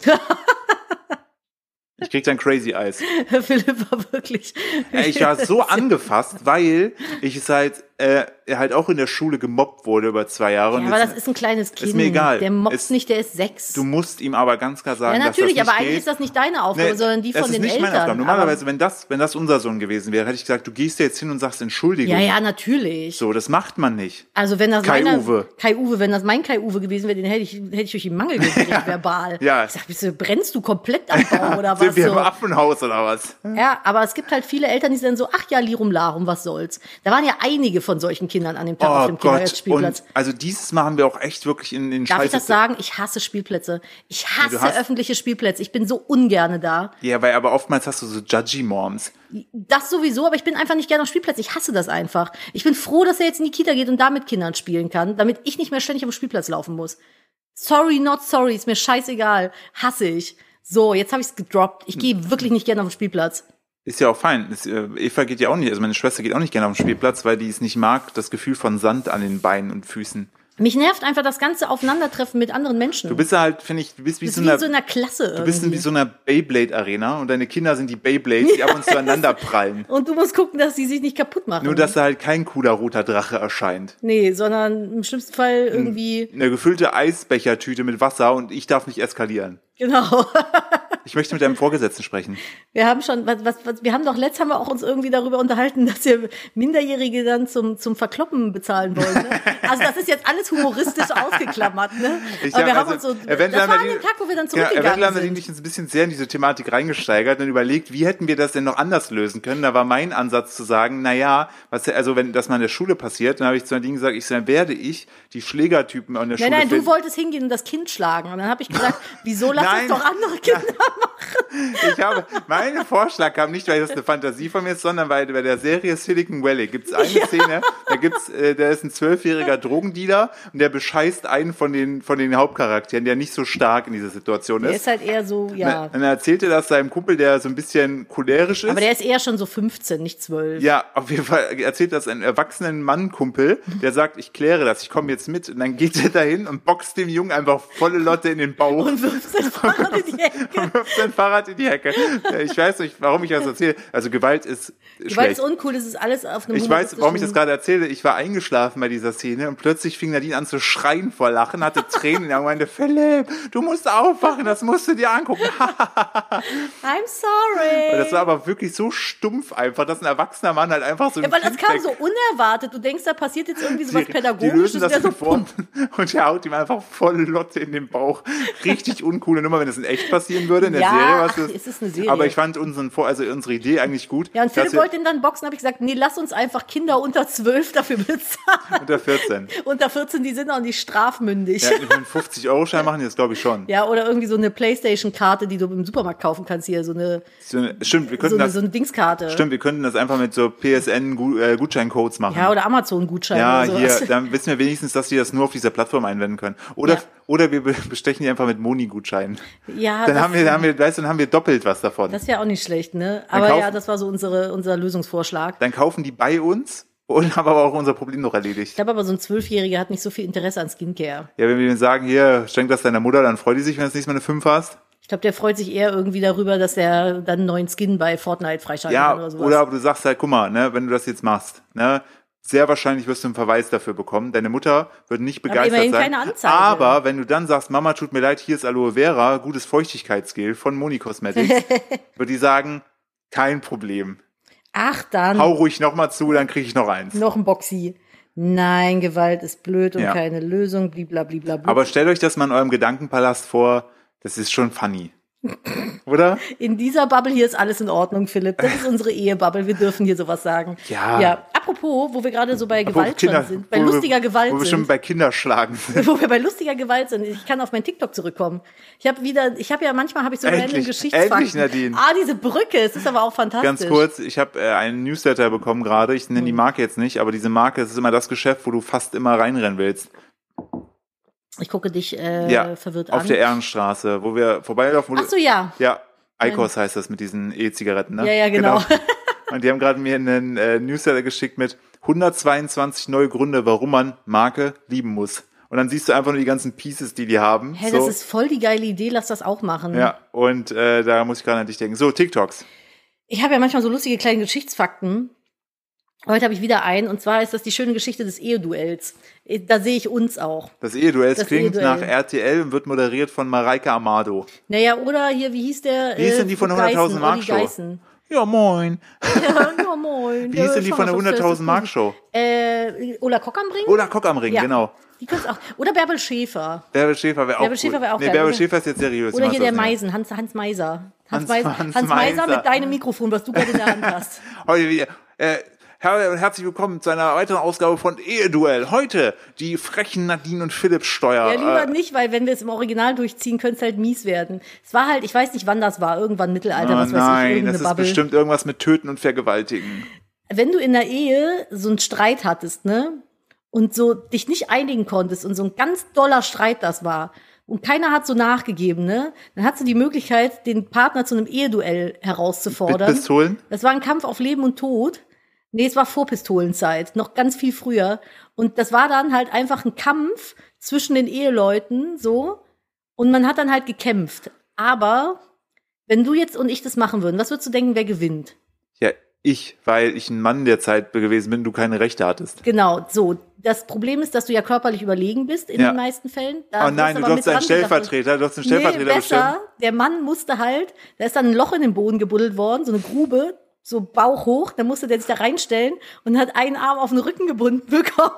S1: ich krieg dann Crazy Eyes.
S2: Philipp war wirklich.
S1: Ey, Ich war so angefasst, weil ich seit äh, halt auch in der Schule gemobbt wurde über zwei Jahre.
S2: ja,
S1: und
S2: aber
S1: jetzt-
S2: das ist ein kleines Kind.
S1: mir egal.
S2: Der mobbt
S1: Ist-
S2: nicht, der ist sechs.
S1: du musst ihm aber ganz klar sagen,
S2: ja, natürlich,
S1: dass das nicht
S2: aber eigentlich
S1: geht.
S2: ist das nicht deine Aufgabe,
S1: Nee,
S2: sondern die
S1: das
S2: von
S1: ist
S2: den
S1: nicht meine Aufgabe.
S2: Eltern.
S1: Normalerweise, wenn das, wenn das unser Sohn gewesen wäre, hätte ich gesagt, du gehst jetzt hin und sagst Entschuldigung.
S2: aber, ja, ja, natürlich.
S1: So, das macht man nicht.
S2: Also wenn das
S1: Kai
S2: meiner,
S1: Uwe.
S2: Kai Uwe, wenn das mein Kai Uwe gewesen wäre, den hätte ich, hätte ich durch den Mangel gekriegt, verbal.
S1: Ja.
S2: Ich sag, bist du, brennst du komplett am Baum oder was?
S1: Sind wir
S2: so?
S1: im Affenhaus oder was?
S2: Ja, aber es gibt halt viele Eltern, die sind so, ach ja, Lirum Larum, was soll's. Da waren ja einige von solchen Kindern an dem Tag auf dem Kinderspielplatz.
S1: Oh Und also dieses Mal haben wir auch echt wirklich in den
S2: Darf
S1: Scheiße.
S2: ich das sagen? Ich hasse Spielplätze. Ich hasse
S1: du hast-
S2: öffentliche Spielplätze. Ich bin so ungerne da.
S1: Ja, weil aber oftmals hast du so judgy Moms.
S2: Das sowieso, aber ich bin einfach nicht gerne auf Spielplätzen. Ich hasse das einfach. Ich bin froh, dass er jetzt in die Kita geht und da mit Kindern spielen kann, damit ich nicht mehr ständig auf dem Spielplatz laufen muss. Sorry, not sorry, ist mir scheißegal. Hasse ich. So, jetzt habe ich's gedroppt.
S1: Hm.
S2: Ich gehe wirklich nicht gerne auf den Spielplatz.
S1: Ist ja auch fein. Ist, äh, Eva geht ja auch nicht, also meine Schwester geht auch nicht gerne auf den Spielplatz, weil die es nicht mag, das Gefühl von Sand an den Beinen und Füßen.
S2: Mich nervt einfach das ganze Aufeinandertreffen mit anderen Menschen.
S1: Du bist ja halt, finde ich, du bist wie,
S2: Das
S1: so,
S2: ist wie
S1: einer,
S2: so in einer Klasse.
S1: du bist in
S2: irgendwie.
S1: wie so einer Beyblade-Arena und deine Kinder sind die Beyblades, die ab und zu aneinander prallen.
S2: Und du musst gucken, dass die sich nicht kaputt machen.
S1: Nur, dass da halt kein cooler roter Drache erscheint.
S2: nee, sondern im schlimmsten Fall
S1: Hm.
S2: irgendwie,
S1: Eine gefüllte Eisbechertüte mit Wasser und ich darf nicht eskalieren.
S2: genau.
S1: Ich möchte mit deinem Vorgesetzten sprechen.
S2: Wir haben schon, was, was, was, wir haben doch letztes haben wir auch uns irgendwie darüber unterhalten, dass wir Minderjährige dann zum, zum Verkloppen bezahlen wollen. Ne? Also das ist jetzt alles humoristisch ausgeklammert, ne?
S1: Ich sag,
S2: Aber wir haben
S1: also,
S2: uns so,
S1: eventuell
S2: das
S1: haben
S2: war an
S1: wir
S2: dem
S1: die-
S2: Tag, wo wir dann
S1: Ja, eventuell
S2: zurückgegangen
S1: haben wir
S2: sind.
S1: nämlich uns ein bisschen sehr in diese Thematik reingesteigert und überlegt, wie hätten wir das denn noch anders lösen können. Da war mein Ansatz zu sagen, na ja, was, also wenn das mal in der Schule passiert, dann habe ich zu Nadine gesagt, ich sag, werde ich die Schlägertypen an der
S2: Nein,
S1: Schule
S2: nein, du
S1: finden.
S2: wolltest hingehen und das Kind schlagen. Und dann habe ich gesagt, wieso lass
S1: Nein.
S2: es doch andere Kinder?
S1: Ich habe, mein Vorschlag kam nicht, weil das eine Fantasie von mir ist, sondern weil bei der Serie Silicon Valley gibt es eine Szene, da gibt's, äh, da ist ein zwölfjähriger Drogendealer und der bescheißt einen von den, von den Hauptcharakteren, der nicht so stark in dieser Situation
S2: Der
S1: ist.
S2: ist halt eher so, ja.
S1: Dann erzählte das seinem Kumpel, der so ein bisschen cholerisch ist.
S2: Aber der ist eher schon so 15, nicht 12.
S1: Ja, auf jeden Fall erzählt das ein erwachsenen Mann-Kumpel, der sagt, ich kläre das, ich komme jetzt mit. Und dann geht er dahin und boxt dem Jungen einfach volle Lotte in den Bauch
S2: Und
S1: und
S2: 15 Fahrrad in die Ecke.
S1: wirft sein Fahrrad in die Hecke. Ja, Ich weiß nicht, warum ich das erzähle. Also Gewalt ist
S2: Weil
S1: schlecht.
S2: es uncool ist, ist alles auf einem
S1: ich weiß, warum ich das
S2: humoristischen-
S1: gerade erzähle. Ich war eingeschlafen bei dieser Szene und plötzlich fing Nadine an zu schreien vor Lachen, hatte Tränen in den Augen und meinte, Philipp, du musst aufwachen, das musst du dir angucken.
S2: I'm sorry.
S1: Das war aber wirklich so stumpf einfach, dass ein erwachsener Mann halt einfach so ein
S2: Ja, weil das
S1: Kind
S2: kam
S1: weg-
S2: so unerwartet. Du denkst, da passiert jetzt irgendwie so was
S1: Die- Die
S2: Pädagogisches.
S1: lösen das
S2: der so,
S1: sofort und er haut ihm einfach voll Lotte in den Bauch. Richtig uncoole Nummer, wenn das in echt passieren würde. in der
S2: ja,
S1: Serie was
S2: ach, es ist eine Serie.
S1: Aber ich fand unseren, Vor- also unsere Idee eigentlich gut.
S2: ja, und Philipp
S1: dass wir-
S2: wollte ihn dann boxen, habe ich gesagt, nee, lass uns einfach Kinder unter 12 dafür bezahlen.
S1: Unter 14.
S2: Unter 14, die sind noch nicht strafmündig.
S1: Ja,
S2: Ja.
S1: ich will einen 50-Euro-Schein machen, die das glaube ich schon.
S2: oder irgendwie so eine Playstation-Karte, die du im Supermarkt kaufen kannst hier, so eine,
S1: So eine- Stimmt, wir
S2: so
S1: könnten
S2: eine,
S1: das,
S2: so eine Dingskarte.
S1: stimmt, wir könnten das einfach mit so PSN-Gutscheincodes äh, machen.
S2: Ja, oder Amazon-Gutschein
S1: Ja,
S2: oder sowas.
S1: hier, dann wissen wir wenigstens, dass die das nur auf dieser Plattform einwenden können. Oder,
S2: Ja.
S1: oder wir be- bestechen die einfach mit Moni-Gutscheinen.
S2: Ja,
S1: Dann
S2: das-
S1: haben wir, dann haben wir, weißt du, dann haben wir doppelt was davon.
S2: Das wäre auch nicht schlecht, ne? Aber
S1: kaufen-
S2: ja, das war so unsere, unser Lösungsvorschlag.
S1: Dann kaufen die bei uns und haben aber auch unser Problem noch
S2: Ich
S1: erledigt.
S2: glaube aber, so ein Zwölfjähriger hat nicht so viel Interesse an Skincare.
S1: Ja, wenn wir denen sagen, hier, schenk das deiner Mutter, dann freut die sich, wenn du das nächste Mal eine 5 hast.
S2: Ich glaube, der freut sich eher irgendwie darüber, dass er dann einen neuen Skin bei Fortnite freischalten
S1: Ja,
S2: kann oder sowas.
S1: oder aber du sagst halt, guck mal, ne, wenn du das jetzt machst, ne, sehr wahrscheinlich wirst du einen Verweis dafür bekommen. Deine Mutter wird nicht begeistert
S2: immerhin
S1: sein.
S2: keine Anzeige.
S1: Aber wenn du dann sagst, Mama, tut mir leid, hier ist Aloe Vera, gutes Feuchtigkeitsgel von Moni Cosmetics, wird die sagen, kein Problem.
S2: Ach, dann
S1: Hau ruhig nochmal zu, dann kriege ich noch eins.
S2: noch ein Boxy. Nein, Gewalt ist blöd und
S1: Ja.
S2: keine Lösung, blablabla.
S1: Aber stellt euch das mal in eurem Gedankenpalast vor, das ist schon funny. Oder?
S2: In dieser Bubble hier ist alles in Ordnung, Philipp. Das ist unsere Ehebubble. Wir dürfen hier sowas sagen.
S1: Ja.
S2: ja. Apropos, wo wir gerade so bei
S1: Wo
S2: Gewalt schon sind, bei
S1: wo wir-
S2: lustiger Gewalt
S1: Wo wir schon
S2: sind.
S1: bei Kinderschlagen sind.
S2: wo wir bei lustiger Gewalt sind. Ich kann auf mein TikTok zurückkommen. Ich habe wieder, ich habe ja manchmal habe ich so
S1: Endlich,
S2: random Geschichtsfakten.
S1: endlich, Nadine.
S2: Ah, diese Brücke, es ist aber auch fantastisch. Mhm.
S1: Ganz kurz, ich habe äh, einen Newsletter bekommen gerade. Ich nenne die Marke jetzt nicht, aber diese Marke es ist immer das Geschäft, wo du fast immer reinrennen willst.
S2: Ich gucke dich äh,
S1: ja,
S2: verwirrt
S1: auf
S2: an.
S1: der Ehrenstraße, wo wir vorbeilaufen. Wo
S2: Ach so, ja.
S1: du, ja, Eikos heißt das mit diesen E-Zigaretten, ne?
S2: Ja, ja, genau.
S1: Und die haben gerade mir einen äh, Newsletter geschickt mit 122 neue Gründe, warum man Marke lieben muss. Und dann siehst du einfach nur die ganzen Pieces, die die haben.
S2: Hä,
S1: so.
S2: das ist voll die geile Idee, lass das auch machen.
S1: ja, und äh, da muss ich gerade an dich denken. So, TikToks.
S2: Ich habe ja manchmal so lustige kleine Geschichtsfakten. Heute habe ich wieder einen, und zwar ist das die schöne Geschichte des Eheduells. Äh, Da sehe ich uns auch.
S1: Das Eheduell
S2: Das
S1: klingt
S2: Eheduell.
S1: nach RTL und wird moderiert von Mareike Amado.
S2: Naja, oder hier, wie hieß der? äh,
S1: Wie hieß denn die von der 100.000 Mark Show? Ja, moin.
S2: Ja, ja, moin.
S1: Wie hieß denn die von der 100.000 Mark Show?
S2: Äh, Ola Kock am Ring?
S1: Oder Kock am Ring,
S2: Ja.
S1: genau.
S2: Die können's auch. Oder Bärbel Schäfer.
S1: Bärbel Schäfer wäre auch
S2: Bärbel
S1: gut.
S2: Schäfer wär auch
S1: nee,
S2: geil,
S1: Bärbel
S2: oder?
S1: Schäfer ist jetzt seriös.
S2: Oder
S1: die
S2: hier
S1: macht
S2: der
S1: das nicht.
S2: Meisen, Hans, Hans Meiser.
S1: Hans-
S2: Hans, Meiser,
S1: Hans
S2: Hans, Meiser
S1: Meiser.
S2: mit deinem Mikrofon, was du gerade in der Hand hast.
S1: Heute wieder. Äh, her- herzlich willkommen zu einer weiteren Ausgabe von Eheduell. Heute die frechen Nadine und Philipp Steuer.
S2: Ja, lieber
S1: äh,
S2: nicht, weil wenn wir es im Original durchziehen, könnte es halt mies werden. Es war halt, ich weiß nicht, wann das war, irgendwann Mittelalter,
S1: oh
S2: was weiß ich,
S1: nein,
S2: irgendeine
S1: das ist
S2: Bubble.
S1: bestimmt irgendwas mit Töten und Vergewaltigen.
S2: wenn du in der Ehe so einen Streit hattest, ne? Und so dich nicht einigen konntest und so ein ganz doller Streit das war und keiner hat so nachgegeben, ne? Dann hast du die Möglichkeit, den Partner zu einem Eheduell
S1: Mit
S2: herauszufordern.
S1: Pistolen?
S2: Das war ein Kampf auf Leben und Tod. Nee, es war vor Pistolenzeit, noch ganz viel früher. Und das war dann halt einfach ein Kampf zwischen den Eheleuten, so. Und man hat dann halt gekämpft. Aber wenn du jetzt und ich das machen würden, was würdest du denken, wer gewinnt?
S1: Ja, ich, weil ich ein Mann der Zeit gewesen bin, du keine Rechte hattest.
S2: Genau, so. Das Problem ist, dass du ja körperlich überlegen bist in
S1: Ja.
S2: den meisten Fällen. Da
S1: Oh
S2: wirst
S1: nein, du darfst
S2: aber mit
S1: einen
S2: dran gedacht.
S1: Stellvertreter, du darfst einen
S2: Nee,
S1: Stellvertreter bestimmen.
S2: besser. Der Mann musste halt, da ist dann ein Loch in den Boden gebuddelt worden, so eine Grube, so Bauch hoch, da musste der sich da reinstellen und hat einen Arm auf den Rücken gebunden bekommen.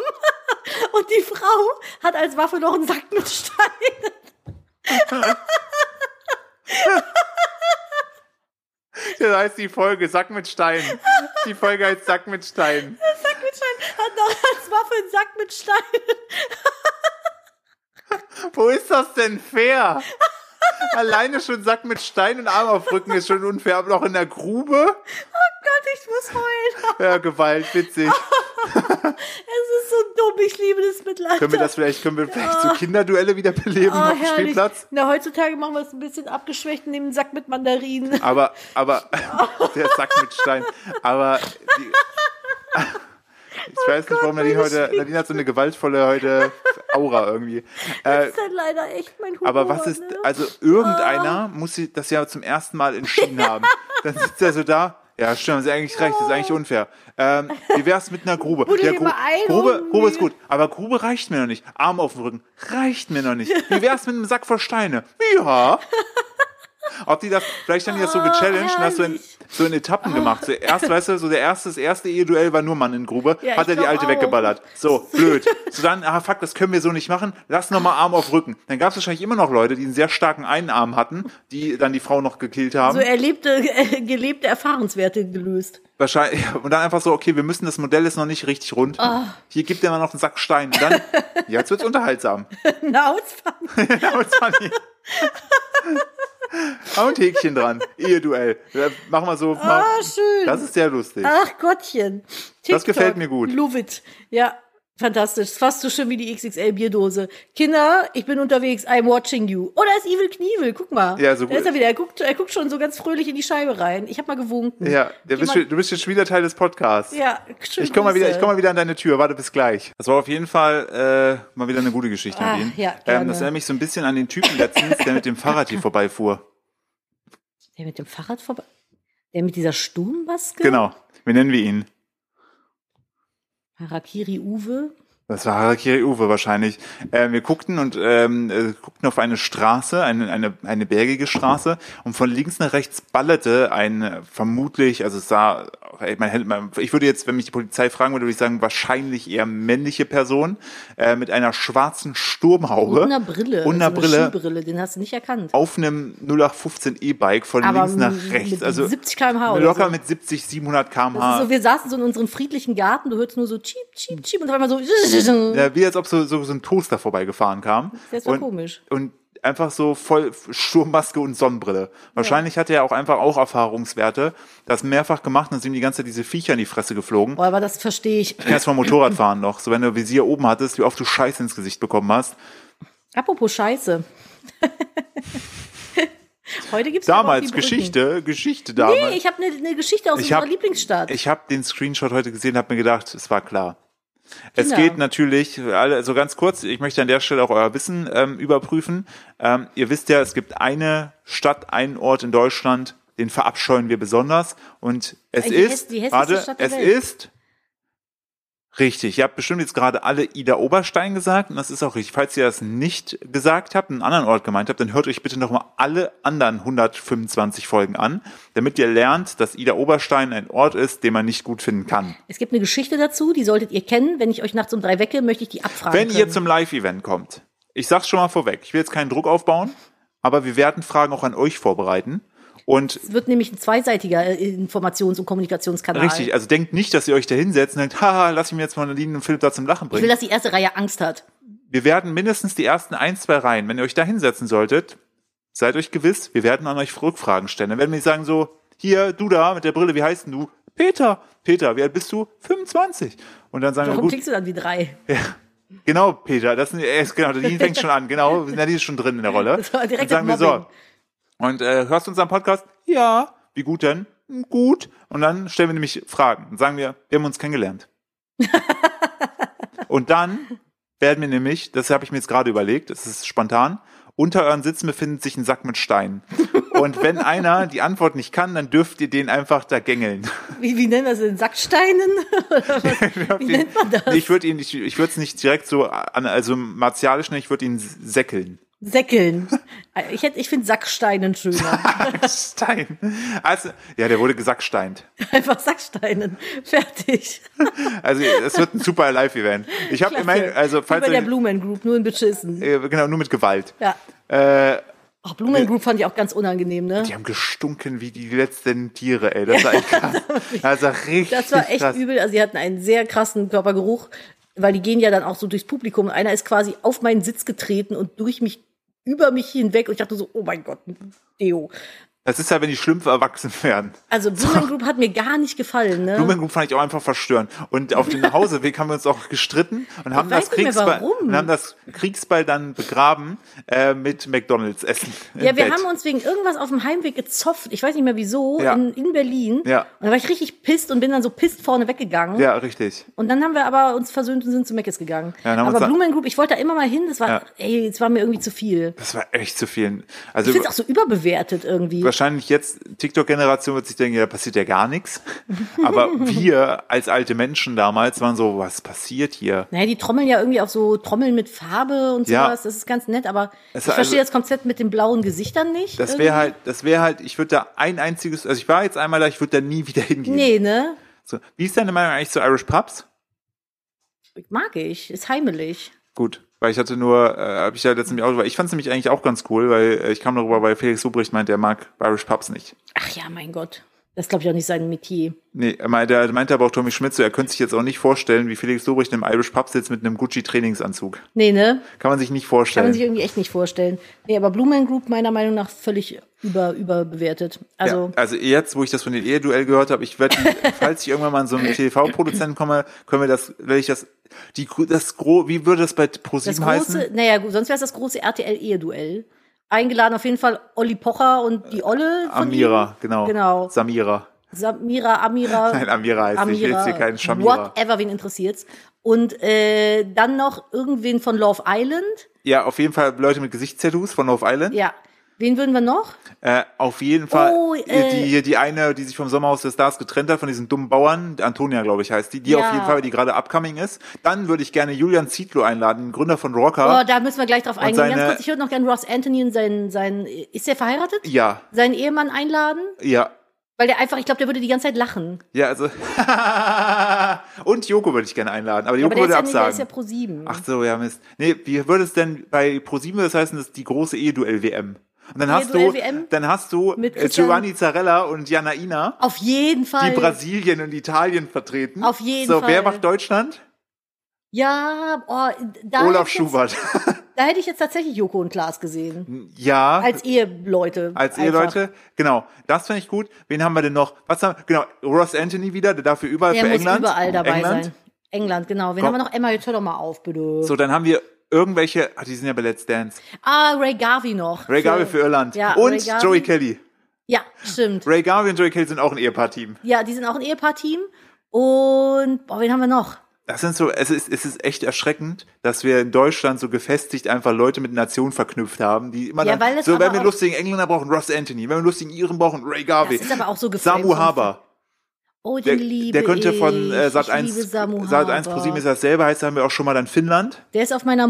S2: Und die Frau hat als Waffe noch einen Sack mit Steinen.
S1: Das heißt die Folge Sack mit Stein. Die Folge heißt Sack mit Stein.
S2: Sack mit Steinen. Hat noch als Waffe einen Sack mit Oh Steinen.
S1: Wo ist das denn fair? Alleine schon Sack mit Stein und Arm auf Rücken ist schon unfair, aber noch in der Grube?
S2: Gott, ich muss heulen.
S1: Ja, Gewalt, witzig.
S2: Es ist so dumm, ich liebe das Mitleid.
S1: Können wir das vielleicht, können wir vielleicht so Kinderduelle wieder beleben
S2: Ah,
S1: auf dem Spielplatz?
S2: Na, heutzutage machen wir es ein bisschen abgeschwächt und nehmen einen Sack mit Mandarinen.
S1: Aber, aber, der Sack mit Stein. Aber, die, ich weiß nicht, warum Nadine heute, Nadine hat so eine gewaltvolle heute Aura irgendwie. Äh,
S2: Das ist halt leider echt mein Humor.
S1: Aber was ist,
S2: ne?
S1: also irgendeiner muss sie das ja zum ersten Mal entschieden haben. Dann sitzt er so da. Ja, stimmt, haben sie eigentlich recht, das ist eigentlich unfair. Ähm, wie wär's mit einer Grube?
S2: Buddel
S1: Ja,
S2: dir mal ein,
S1: Grube,
S2: Homie.
S1: Grube ist gut, aber Grube reicht mir noch nicht. Arm auf dem Rücken, reicht mir noch nicht. Wie wär's mit einem Sack voll Steine? Ja. Ob die das, vielleicht haben die das so gechallenged, und dass du in,
S2: Ah, herrlich.
S1: so in Etappen gemacht. Zuerst, weißt du, so der erste, das erste Eheduell war nur Mann in Grube,
S2: Ja,
S1: hat
S2: ich
S1: er die
S2: glaub
S1: alte
S2: auch.
S1: weggeballert. So, blöd. So dann, ah fuck, das können wir so nicht machen, lass nochmal Arm auf Rücken. Dann gab es wahrscheinlich immer noch Leute, die einen sehr starken Einarm hatten, die dann die Frau noch gekillt haben.
S2: So erlebte, äh, gelebte Erfahrungswerte gelöst.
S1: Wahrscheinlich. Und dann einfach so, okay, wir müssen, das Modell ist noch nicht richtig rund.
S2: Ah.
S1: Hier gibt er mal noch einen Sack Stein. Und dann, jetzt wird's unterhaltsam.
S2: Na, Ah, Ausfahrt.
S1: Ja, und funny. Hau ein Häkchen dran. Eheduell. Ja, Machen wir so. mal-
S2: Ah, schön.
S1: Das ist sehr lustig.
S2: Ach Gottchen. TikTok.
S1: gefällt mir gut.
S2: Love it. Ja, fantastisch. Ist fast so schön wie die XXL-Bierdose. Kinder, ich bin unterwegs. I'm watching you. Oh, da ist Evil Knievel. Guck mal.
S1: Ja, so
S2: Da
S1: gut.
S2: ist er wieder. Er guckt, er guckt schon so ganz fröhlich in die Scheibe rein. Ich habe mal gewunken.
S1: Ja, du
S2: Geh
S1: bist,
S2: mal-
S1: schon- du bist jetzt schon wieder Teil des Podcasts.
S2: Ja, schön.
S1: Ich komme mal wieder,
S2: Grüße.
S1: ich komme mal wieder an deine Tür. Warte bis gleich. Das war auf jeden Fall äh, mal wieder eine gute Geschichte,
S2: Ah,
S1: Nadine.
S2: ja, gerne.
S1: ähm, das erinnert mich so ein bisschen an den Typen letztens, der mit dem Fahrrad hier vorbeifuhr.
S2: Der mit dem Fahrrad vorbei. Der mit dieser Sturmmaske?
S1: Genau. Wie nennen wir ihn?
S2: Harakiri Uwe.
S1: Das war Harakiri Uwe wahrscheinlich. Äh, wir guckten und ähm, äh, guckten auf eine Straße, eine, eine, eine bergige Straße und von links nach rechts ballerte ein äh, vermutlich, also es sah, ey, man hätte, man, ich würde jetzt, wenn mich die Polizei fragen würde, würde ich sagen, wahrscheinlich eher männliche Person äh, mit einer schwarzen Sturmhaube.
S2: Und einer Brille.
S1: Und einer
S2: also eine
S1: Brille Oh,
S2: Skibrille. Den hast du nicht erkannt.
S1: auf einem 0815 E-Bike von
S2: Aber
S1: links nach
S2: mit
S1: rechts. Also
S2: 70 km/h oder
S1: locker
S2: so.
S1: mit 70, 700
S2: Das
S1: km/h.
S2: ist so, wir saßen so in unserem friedlichen Garten, du hörst nur so cheep, cheep, cheep und auf einmal so. Ja,
S1: Ja, wie als ob so, so, so ein Toaster vorbeigefahren kam.
S2: Das war
S1: und,
S2: komisch.
S1: Und einfach so voll Sturmmaske und Sonnenbrille. Wahrscheinlich hatte er auch einfach auch Erfahrungswerte, das mehrfach gemacht und sind ihm die ganze Zeit diese Viecher in die Fresse geflogen.
S2: aber das verstehe ich.
S1: Erst vom Motorradfahren noch. So wenn du Visier oben hattest, wie oft du Scheiße ins Gesicht bekommen hast.
S2: Apropos Scheiße. Heute gibt's aber auch die
S1: Damals
S2: Brücken.
S1: Geschichte, Geschichte
S2: Nee,
S1: damals.
S2: ich habe eine ne Geschichte aus
S1: Ich
S2: unserer
S1: hab-
S2: Lieblingsstadt.
S1: Ich habe den Screenshot heute gesehen, habe mir gedacht, es war klar. Es
S2: Genau.
S1: geht natürlich, alle, also ganz kurz, ich möchte an der Stelle auch euer Wissen ähm, überprüfen. Ähm, ihr wisst ja, es gibt eine Stadt, einen Ort in Deutschland, den verabscheuen wir besonders. Und es
S2: Äh, Die häss-
S1: ist,
S2: die hässlichste
S1: warte,
S2: Stadt der
S1: es
S2: Welt.
S1: ist richtig. Ihr habt bestimmt jetzt gerade alle Ida Oberstein gesagt und das ist auch richtig. Falls ihr das nicht gesagt habt, einen anderen Ort gemeint habt, dann hört euch bitte nochmal alle anderen 125 Folgen an, damit ihr lernt, dass Ida Oberstein ein Ort ist, den man nicht gut finden kann.
S2: Es gibt eine Geschichte dazu, die solltet ihr kennen. Wenn ich euch nachts um drei wecke, möchte ich die abfragen.
S1: Wenn
S2: können.
S1: ihr zum Live-Event kommt, ich sag's schon mal vorweg, ich will jetzt keinen Druck aufbauen, aber wir werden Fragen auch an euch vorbereiten. Und
S2: es wird nämlich ein zweiseitiger äh, Informations- und Kommunikationskanal.
S1: richtig, also denkt nicht, dass ihr euch da hinsetzt und denkt, haha, lass ich mir jetzt mal Nadine und Philipp da zum Lachen
S2: Ich will,
S1: bringen.
S2: dass die erste Reihe Angst hat.
S1: Wir werden mindestens die ersten ein, zwei Reihen, wenn ihr euch da hinsetzen solltet, seid euch gewiss, wir werden an euch Rückfragen stellen. Dann werden wir nicht sagen so, hier, du da mit der Brille, wie heißt denn du? Peter. Peter, wie alt bist du? 25. Und dann sagen wir,
S2: Warum
S1: gut,
S2: klingst du dann wie drei?
S1: Genau, Peter, das sind, er ist, genau, die fängt schon an, genau, Nadine ist schon drin in der Rolle.
S2: Das war direkt
S1: dann sagen wir
S2: das
S1: so.
S2: Mobbing.
S1: Und äh, hörst du unseren Podcast? Ja. Wie gut denn? Hm, Gut. Und dann stellen wir nämlich Fragen. Dann sagen wir, wir haben uns kennengelernt. Und dann werden wir nämlich, das habe ich mir jetzt gerade überlegt, das ist spontan, unter euren Sitzen befindet sich ein Sack mit Steinen. Und wenn einer die Antwort nicht kann, dann dürft ihr den einfach da gängeln.
S2: Wie, wie nennen wir das denn? Sacksteinen? Oder was? wie nennt man das?
S1: Nee, Ich würde ihn, ich, ich würde es nicht direkt so an, also martialisch nennen, ich würde ihn säckeln.
S2: Säckeln. Äh, Ich, hätte- ich finde Sacksteinen schöner.
S1: Stein. Also, ja, der wurde gesacksteint.
S2: Einfach Sacksteinen. Fertig.
S1: Also, es wird ein super Live-Event. Ich habe immerhin, also,
S2: Wie
S1: falls
S2: bei der
S1: ihr,
S2: Blue Man Group, nur in Beschissen.
S1: äh, genau, nur mit Gewalt.
S2: Ja.
S1: Äh,
S2: Ach, Blue Man Group fand ich auch ganz unangenehm, ne?
S1: die haben gestunken wie die letzten Tiere, ey. Das war echt krass. Das war richtig
S2: Das war echt
S1: krass.
S2: übel. Also sie hatten einen sehr krassen Körpergeruch, weil die gehen ja dann auch so durchs Publikum. Einer ist quasi auf meinen Sitz getreten und durch mich, über mich hinweg. Und ich dachte so, oh mein Gott, Deo.
S1: Das ist ja, wenn die Schlümpfe erwachsen werden.
S2: Also Blue Man Group hat mir gar nicht gefallen, ne?
S1: Blumen Group fand ich auch einfach verstörend. Und auf dem Nachhauseweg haben wir uns auch gestritten und haben,
S2: weiß
S1: das
S2: nicht mehr,
S1: Kriegsball,
S2: warum.
S1: und haben das Kriegsball dann begraben äh, mit McDonalds-Essen. im
S2: Ja, wir
S1: Bett.
S2: haben uns wegen irgendwas auf dem Heimweg gezopft. Ich weiß nicht mehr wieso,
S1: Ja.
S2: in, in Berlin.
S1: Ja.
S2: Und da war ich richtig pisst und bin dann so pisst vorne weggegangen.
S1: Ja, richtig.
S2: Und dann haben wir aber uns versöhnt und sind zu Meckes gegangen.
S1: Ja, dann haben wir
S2: aber
S1: uns da-
S2: Blumen Group, ich wollte da immer mal hin. Das war,
S1: Ja.
S2: ey, es war mir irgendwie zu viel.
S1: Das war echt zu viel. Also,
S2: Ich finde es auch so überbewertet irgendwie.
S1: wahrscheinlich jetzt, TikTok-Generation wird sich denken, ja, da passiert ja gar nichts. Aber wir als alte Menschen damals waren so, was passiert hier?
S2: Naja, die trommeln ja irgendwie auf so Trommeln mit Farbe und
S1: Ja.
S2: sowas. Das ist ganz nett, aber
S1: Es-
S2: ich verstehe
S1: also-
S2: das Konzept mit den blauen Gesichtern nicht.
S1: Das
S2: irgendwie.
S1: wäre halt, das wäre halt, ich würde da ein einziges, also ich war jetzt einmal da, ich würde da nie wieder hingehen.
S2: Nee, ne?
S1: So, wie ist deine Meinung eigentlich zu Irish Pubs?
S2: Mag ich. Ist heimelig.
S1: Gut, weil ich hatte nur, äh, habe ich ja letztens auch, weil ich fand es nämlich eigentlich auch ganz cool, weil äh, ich kam darüber, weil Felix Rubricht meint, er mag Irish Pubs nicht.
S2: Ach ja, mein Gott. Das glaube ich auch nicht sein Metier.
S1: Nee, er meinte, er meinte aber auch Tommy Schmidt so, er könnte sich jetzt auch nicht vorstellen, wie Felix Lobrecht im Irish Pub sitzt mit einem Gucci-Trainingsanzug.
S2: Nee, ne?
S1: Kann man sich nicht
S2: Kann
S1: vorstellen.
S2: man sich irgendwie echt nicht vorstellen. Nee, aber Blue Man Group meiner Meinung nach völlig über, überbewertet.
S1: ja,
S2: Also,
S1: also jetzt, wo ich das von den Eheduell gehört habe, ich werde, falls ich irgendwann mal an so einen TV-Produzenten komme, können wir das, werde ich das, die, das gro, wie würde das bei
S2: das
S1: ProSieben heißen?
S2: große, naja, gut, sonst wäre es das große RTL-Ehe-Duell. Eingeladen auf jeden Fall Olli Pocher und die Olle.
S1: Äh,
S2: Von
S1: Amira, genau.
S2: Ihm. Genau.
S1: Samira.
S2: Samira, Amira.
S1: Nein, Amira heißt nicht, ich will jetzt hier keinen Shamira.
S2: Whatever, wen interessiert's. Und äh, dann noch irgendwen von Love Island.
S1: Ja, auf jeden Fall Leute mit Gesichtstattoos von Love Island.
S2: Ja. Wen würden wir noch?
S1: Äh, auf jeden Fall
S2: Oh, äh,
S1: die hier die eine, die sich vom Sommerhaus der Stars getrennt hat von diesem dummen Bauern, Antonia, glaube ich, heißt die, die
S2: Ja.
S1: auf jeden Fall, die gerade upcoming ist. Dann würde ich gerne Julian Zietlow einladen, den Gründer von Rocker.
S2: Oh, da müssen wir gleich drauf eingehen.
S1: seine-
S2: Ganz kurz, ich würde noch gerne Ross Anthony und seinen, seinen, ist der verheiratet?
S1: Ja,
S2: Seinen Ehemann einladen?
S1: ja,
S2: Weil der einfach, ich glaube, der würde die ganze Zeit lachen.
S1: ja, also und Joko würde ich gerne einladen, aber die
S2: Aber
S1: Joko
S2: der
S1: würde
S2: ist, ja nicht, der
S1: absagen.
S2: ist ja pro sieben.
S1: Ach so, ja Mist. Nee, wie würde es denn bei ProSieben das heißen, das ist die große Eheduell WM. Und dann hast du,
S2: Eheduell WM?
S1: dann hast du
S2: Mit
S1: äh,
S2: Christian-
S1: Giovanni Zarella und Jana Ina,
S2: Auf jeden Fall.
S1: die Brasilien und Italien vertreten.
S2: Auf jeden
S1: so, wer
S2: Fall.
S1: macht Deutschland?
S2: ja, oh, da,
S1: Olaf
S2: hätte ich jetzt,
S1: Schubert.
S2: da hätte ich jetzt tatsächlich Joko und Klaas gesehen.
S1: Ja, als,
S2: Als Eheleute.
S1: Hm. Eheleute. Genau, das finde ich gut. Wen haben wir denn noch? Was haben Genau, Ross Anthony wieder, der dafür überall
S2: Er
S1: für
S2: muss
S1: England.
S2: überall dabei
S1: England.
S2: sein. England, genau. Wen
S1: Komm.
S2: haben wir noch? Emma, jetzt hör doch mal auf, bitte.
S1: So, dann haben wir irgendwelche, ah, die sind ja bei Let's Dance.
S2: Ah, Ray Garvey noch.
S1: Ray Garvey für Irland.
S2: Ja, Ray
S1: und
S2: Garvey.
S1: Joey Kelly.
S2: Ja, stimmt.
S1: Ray Garvey und Joey Kelly sind auch ein Ehepaar-Team.
S2: Ja, die sind auch ein Ehepaar-Team. Und, boah, wen haben wir noch?
S1: Das sind so, es ist, es ist echt erschreckend, dass wir in Deutschland so gefestigt einfach Leute mit Nationen verknüpft haben, die immer
S2: Ja,
S1: dann,
S2: weil das
S1: so, wenn
S2: aber
S1: wir
S2: auch-
S1: lustigen Engländer brauchen, Ross Anthony, wenn wir lustigen Iren brauchen, Ray Garvey.
S2: Das ist aber auch so geframed
S1: Samu
S2: und-
S1: Haber.
S2: Oh,
S1: Der,
S2: den liebe
S1: der könnte
S2: ich.
S1: von äh, Sat
S2: Ich
S1: 1
S2: liebe Samu
S1: Sat 1
S2: Haber.
S1: pro 7 ist dasselbe, heißt, da haben wir auch schon mal dann Finnland
S2: Der ist auf meiner